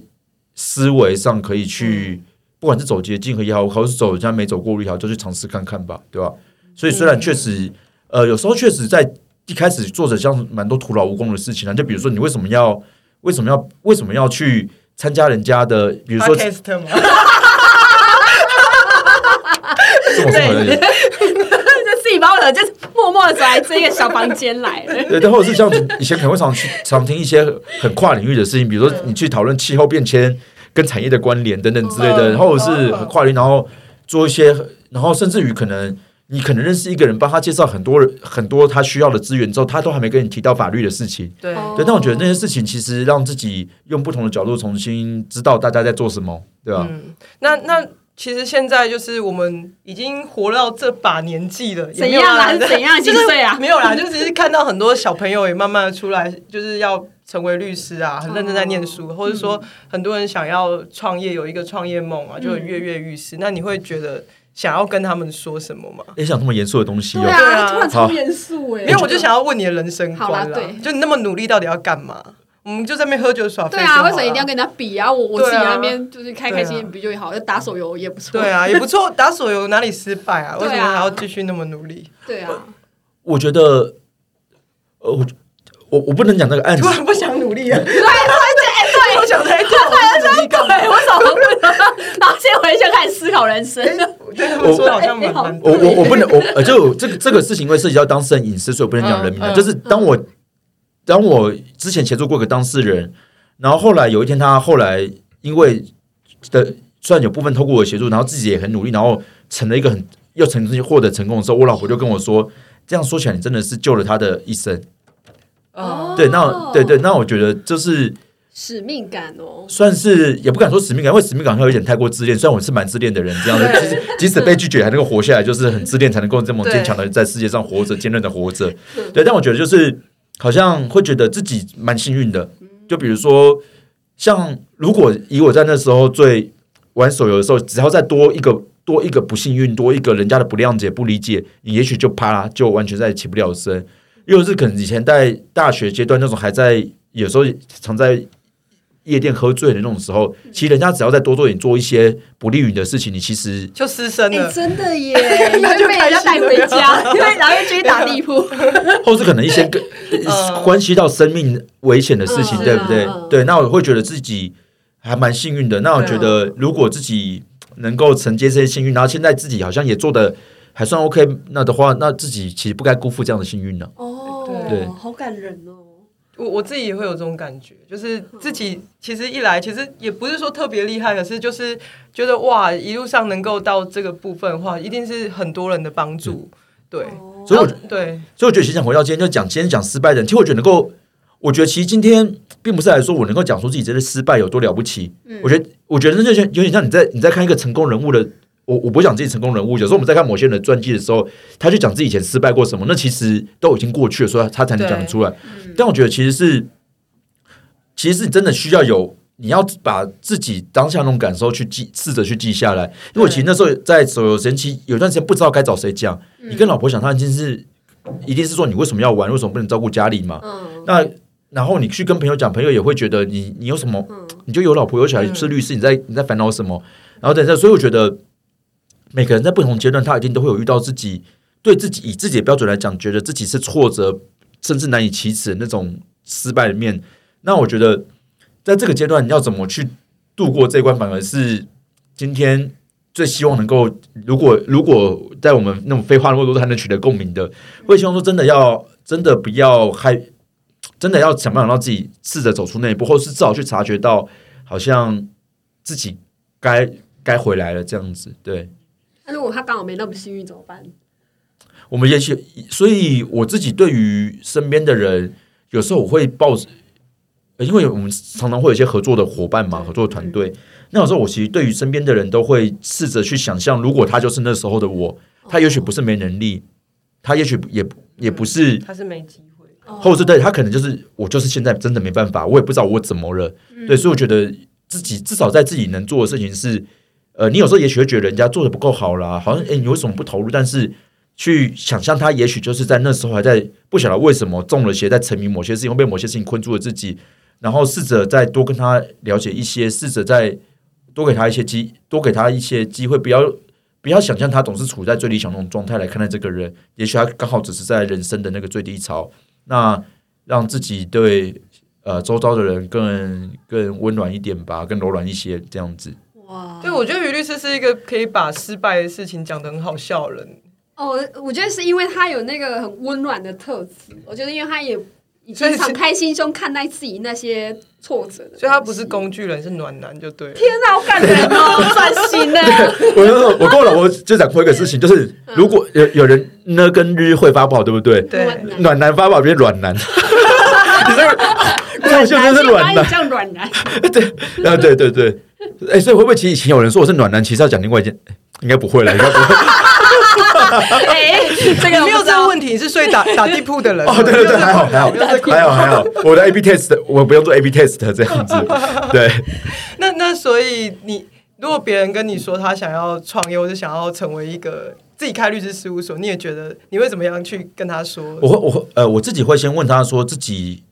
Speaker 2: 思维上可以去，不管是走捷径也好，或是走人家没走过路也好，就去尝试看看吧，对吧？所以虽然确实，呃，有时候确实在一开始做着像蛮多徒劳无功的事情啊，就比如说你为什么要为什么要为什么要去参加人家的，比如说
Speaker 3: podcast 嘛，
Speaker 2: 这么什么的，
Speaker 4: 就自己把我的就是默默的走来这个小房间来了。
Speaker 2: 对，但或者是像以前可能会常去 常听一些很跨领域的事情，比如说你去讨论气候变迁跟产业的关联等等之类的，
Speaker 3: 嗯
Speaker 2: 或者是很跨领域，然后做一些，然后甚至于可能。你可能认识一个人，帮他介绍很多人很多他需要的资源之后，他都还没跟你提到法律的事情。
Speaker 3: 对
Speaker 4: 哦
Speaker 2: 对，但我觉得那些事情其实让自己用不同的角度重新知道大家在做什么，对
Speaker 3: 嗯
Speaker 2: 吧？
Speaker 3: 那那其实现在就是我们已经活到这把年纪了，也
Speaker 4: 怎
Speaker 3: 没有
Speaker 4: 样啦？
Speaker 3: 啦
Speaker 4: 是怎样
Speaker 3: 就
Speaker 4: 几
Speaker 3: 是
Speaker 4: 岁啊？
Speaker 3: 没有啦，就只是看到很多小朋友也慢慢的出来，就是要成为律师啊，很认真在念书，
Speaker 4: 哦
Speaker 3: 或者
Speaker 4: 嗯
Speaker 3: 说很多人想要创业，有一个创业梦啊，就很跃跃欲试。那你会觉得想要跟他们说什么吗？
Speaker 2: 也想这么严肃的东西哦。
Speaker 3: 对啊
Speaker 4: 突然超严肃哎，
Speaker 3: 因为我就想要问你的人生
Speaker 4: 好啦
Speaker 3: 观
Speaker 4: 对
Speaker 3: 就你那么努力，到底要干嘛？我们就在那边喝酒耍废
Speaker 4: 对
Speaker 3: 就好
Speaker 4: 啊，
Speaker 3: 啦
Speaker 4: 为什么一定要跟人家比啊？我我
Speaker 3: 对啊
Speaker 4: 自己在那边就是开开心心比就好，就打手游也不错。
Speaker 3: 对啊，也不错，打手游哪里失败啊？为
Speaker 4: 对啊
Speaker 3: 什么还要继续那么努力？
Speaker 4: 对啊，
Speaker 2: 我觉得，呃，我我我不能讲那 个案子
Speaker 3: 突，然不想努力了，对对对， 不想太多，我想努力干嘛？
Speaker 4: 对哎我怎么不能？啊然后现在回去就开始思考人生。
Speaker 3: 我哎对他们说哎好像蛮
Speaker 4: 我
Speaker 3: 蛮
Speaker 2: 我我我不 能，我呃，就这个这个事情，因为涉及到当事人隐私，所以我不能讲人名啊。
Speaker 3: 嗯嗯
Speaker 2: 就是当我当我之前协助过一个当事人，然后后来有一天，他后来因为的虽然有部分透过我的协助，然后自己也很努力，然后成了一个很又曾经获得成功的时候，我老婆就跟我说：“这样说起来，你真的是救了他的一生。”
Speaker 3: 哦，
Speaker 2: 对，那对对，那我觉得就是
Speaker 4: 使命感哦，
Speaker 2: 算是也不敢说使命感，因为使命感会有点太过自恋。虽然我是蛮自恋的人，这样的，
Speaker 3: 对
Speaker 2: 即使即使被拒绝还能够活下来，就是很自恋才能够这么
Speaker 3: 对
Speaker 2: 坚强的在世界上活着，坚韧的活着。对，但我觉得就是好像会觉得自己蛮幸运的。就比如说，像如果以我在那时候最玩手游的时候，只要再多一个多一个不幸运，多一个人家的不谅解、不理解，你也许就啪啦就完全再也起不了身。又是可能以前在大学阶段那种还在有时候常在夜店喝醉的那种时候，其实人家只要再多对你做一些不利于你的事情，你其实
Speaker 3: 就失身
Speaker 4: 哎，
Speaker 3: 了。
Speaker 4: 真的 耶，你
Speaker 3: 那就
Speaker 4: 就被人家带回家， 因为然后又继续打地铺，
Speaker 2: 或是可能一 些跟、
Speaker 3: 嗯
Speaker 2: 关系到生命危险的事情，
Speaker 4: 呃嗯
Speaker 2: 对不对？
Speaker 4: 嗯嗯
Speaker 2: 对，那我会觉得自己还蛮幸运的。那我觉得
Speaker 4: 啊
Speaker 2: 如果自己能够承接这些幸运，然后现在自己好像也做的还算 OK，那的话，那自己其实不该辜负这样的幸运呢、
Speaker 4: 哦，
Speaker 2: 对
Speaker 4: 好感人哦，
Speaker 3: 我我自己也会有这哦种感觉，就是自己其实一来，其实也不是说特别厉害，可是就是觉得哇，一路上能够到这个部分的话，一定是很多人的帮助。对，
Speaker 4: 哦
Speaker 2: 所以我
Speaker 3: 对，
Speaker 2: 所以我觉得其实讲回到今天，就讲今天讲失败的人，其实我觉得能够，我觉得其实今天并不是来说我能够讲出自己这些失败有多了不起。我觉得，我觉得那就像有点像你在你在看一个成功人物的，我我不会讲自己成功人物，有时候我们在看某些人的传记的时候，他去讲自己以前失败过什么，那其实都已经过去了，所以他才能讲得出来。
Speaker 4: 嗯
Speaker 1: 嗯
Speaker 2: 但我觉得其实是，其实是你真的需要有。你要把自己当下那种感受去记，试着去记下来。因为我其实那时候在手游前期有段时间不知道该找谁讲，你跟老婆讲，她已经是一定是说你为什么要玩，为什么不能照顾家里嘛？
Speaker 4: 嗯
Speaker 2: 那然后你去跟朋友讲，朋友也会觉得你你有什么，你就有老婆有小孩
Speaker 3: 嗯
Speaker 2: 是律师，你在你在烦恼什么？然后等一下，所以我觉得每个人在不同阶段，他一定都会有遇到自己对自己以自己的标准来讲，觉得自己是挫折，甚至难以启齿的那种失败的面。那我觉得在这个阶段，你要怎么去度过这一关，反而是今天。最希望能够，如果如果在我们那种废话那么多，还能取得共鸣的，会希望说真的要真的不要害，真的要想办法让自己试着走出那一步，或是至少去察觉到，好像自己该该回来了这样子。对
Speaker 4: 那如果他刚好没那么幸运怎么办？
Speaker 2: 我们也许，所以我自己对于身边的人，有时候我会抱着，呃因为我们常常会有一些合作的伙伴嘛，合作的团队。那有时候我其实对于身边的人都会试着去想象，如果他就是那时候的我，他也许不是没能力，他也许也也不是。
Speaker 3: 他是没机会。
Speaker 2: 或者是对他可能就是我就是现在真的没办法，我也不知道我怎么了。对，所以我觉得自己至少在自己能做的事情是，呃，你有时候也许会觉得人家做的不够好啦，好像诶，你为什么不投入？但是去想象他也许就是在那时候还在不晓得为什么中了邪，在沉迷某些事情，或被某些事情困住了自己，然后试着再多跟他了解一些，试着再多给他一些机，多给他一些机会，不要。不要想象他总是处在最理想那种状态来看待这个人，也许他刚好只是在人生的那个最低潮，那让自己对呃周遭的人更更温暖一点吧，更柔软一些，这样子。
Speaker 4: 哇，
Speaker 3: 对，我觉得于律师是一个可以把失败的事情讲得很好笑的人，
Speaker 4: 哦，我觉得是因为他有那个很温暖的特质，我觉得因为他也已
Speaker 3: 所
Speaker 4: 经
Speaker 3: 以是
Speaker 4: 敞开心胸看待自己那些挫折的东西，
Speaker 3: 所以他不是工具人，是暖男就对了。
Speaker 4: 天哪，好感人哦，转型呢，
Speaker 2: 我就说我跟我老婆就讲过一个事情，就是如果有有人呢跟日会发不好，对不嗯对？
Speaker 3: 对，
Speaker 4: 暖
Speaker 2: 暖男发不好变软男， 你这个好像就是 软男
Speaker 4: 这，样软男，
Speaker 2: 啊，对对对，哎、所以会不会其实以前有人说我是暖男，其实要讲另外一件，哎应该不会了，应该不会。
Speaker 1: 哎，这
Speaker 3: 你
Speaker 1: 个
Speaker 3: 没有这个
Speaker 1: 题，
Speaker 3: 问题，你是睡打打地铺的 人。
Speaker 2: 哦，对对对，
Speaker 3: 你
Speaker 2: 还好还 好
Speaker 3: 没有这个困
Speaker 2: 还
Speaker 3: 扰
Speaker 2: 好还好，我的 A B test 我不用做 A B test 这样子，对。
Speaker 3: 那那所以你，如果别人跟你说他想要创业，或者想要成为一个自己开律师事务所，你也觉得你会怎么样去跟他说？
Speaker 2: 我会，我会，呃，我自己会先问他说自己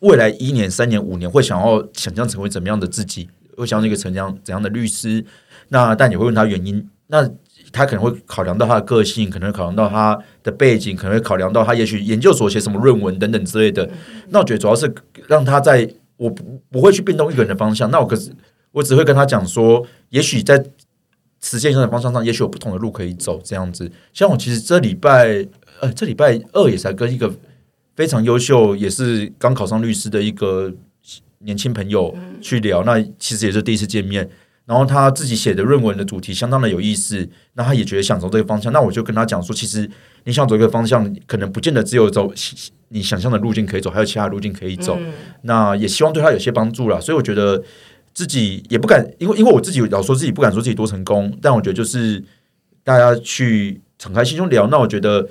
Speaker 2: 未来一年、三年、五年会想要想象成为怎么样的自己，会想要一个怎样怎样的律师。那但也会问他原因，那他可能会考量到他的个性，可能会考量到他的背景，可能会考量到他也许研究所写什么论文等等之类的。那我觉得主要是让他在我不不会去变动一个人的方向，那我可是我只会跟他讲说，也许在。实现上的方向上，也许有不同的路可以走，这样子。像我其实这礼拜呃，这礼拜二也才跟一个非常优秀，也是刚考上律师的一个年轻朋友去聊，那其实也是第一次见面。然后他自己写的论文的主题相当的有意思，那他也觉得想走这个方向。那我就跟他讲说，其实你想走一个方向，可能不见得只有走你想象的路径可以走，还有其他路径可以走。那也希望对他有些帮助啦。所以我觉得自己也不敢，因为因为我自己老说自己不敢说自己多成功，但我觉得呃就是大家去敞开心胸聊。那我觉得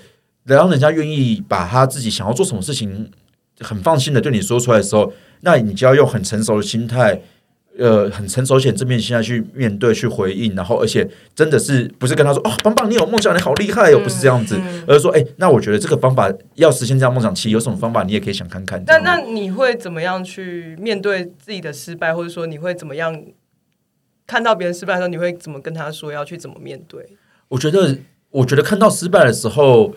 Speaker 2: 让人家愿意把他自己想要做什么事情很放心的对你说出来的时候，那你就要用很成熟的心态。呃，很成熟且很正面的心态去面对、去回应，然后而且真的是不是跟他说哦，棒棒，你有梦想，你好厉害哦，不是这样子，而是说，哎、那我觉得这个方法要实现这样梦想，其实有什么方法你也可以想看看。
Speaker 3: 那
Speaker 2: 这样
Speaker 3: 那你会怎么样去面对自己的失败，或者说你会怎么样看到别人失败的时候，你会怎么跟他说要去怎么面对？
Speaker 2: 我觉得，我觉得看到失败的时候，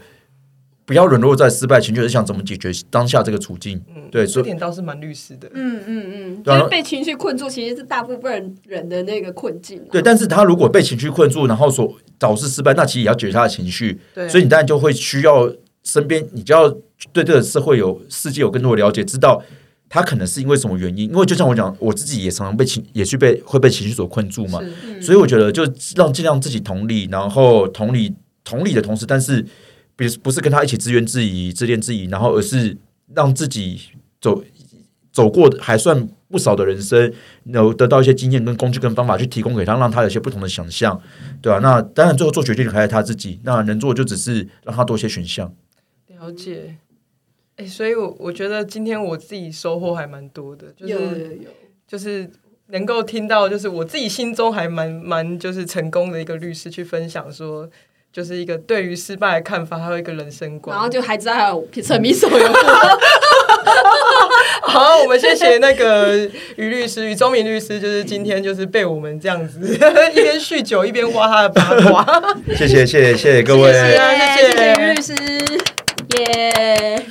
Speaker 2: 不要沦落在失败情绪，而是想怎么解决当下这个处境。对，
Speaker 3: 这
Speaker 2: 所以
Speaker 3: 点倒是蛮律师的。
Speaker 4: 嗯嗯嗯，
Speaker 2: 对啊
Speaker 4: 就是被情绪困住，其实是大部分人的那个困境啊。
Speaker 2: 对，但是他如果被情绪困住，然后所导致失败，那其实也要解决他的情绪。
Speaker 3: 对
Speaker 2: 所以你当然就会需要身边，你就要对这个社会有世界有更多的了解，知道他可能是因为什么原因。因为就像我讲，我自己也常常被情，也去被会被情绪所困住嘛。
Speaker 3: 是
Speaker 2: 所以我觉得就让尽量自己同理，然后同理同理的同时，但是不是不是跟他一起自怨自艾、自恋自艾，然后而是让自己走走过还算不少的人生，然后得到一些经验跟工具跟方法去提供给他，让他有一些不同的想象，对吧、那当然最后做决定还是他自己，那能做就只是让他多一些选项。
Speaker 3: 了解。哎、所以我，我觉得今天我自己收获还蛮多的，就
Speaker 4: 有有
Speaker 3: 是
Speaker 4: 有，
Speaker 3: 就是能够听到，就是我自己心中还蛮蛮就是成功的一个律师去分享说，就是一个对于失败的看法，还有一个人生观。
Speaker 4: 然后就还知道还有沉迷手游，
Speaker 3: 好，我们谢谢那个于律师、于宗明律师，就是今天就是被我们这样子 一边酗酒一边挖他的八卦。
Speaker 2: 谢谢谢谢谢谢各位。
Speaker 3: 谢
Speaker 1: 谢谢
Speaker 3: 谢
Speaker 1: 于律师，耶、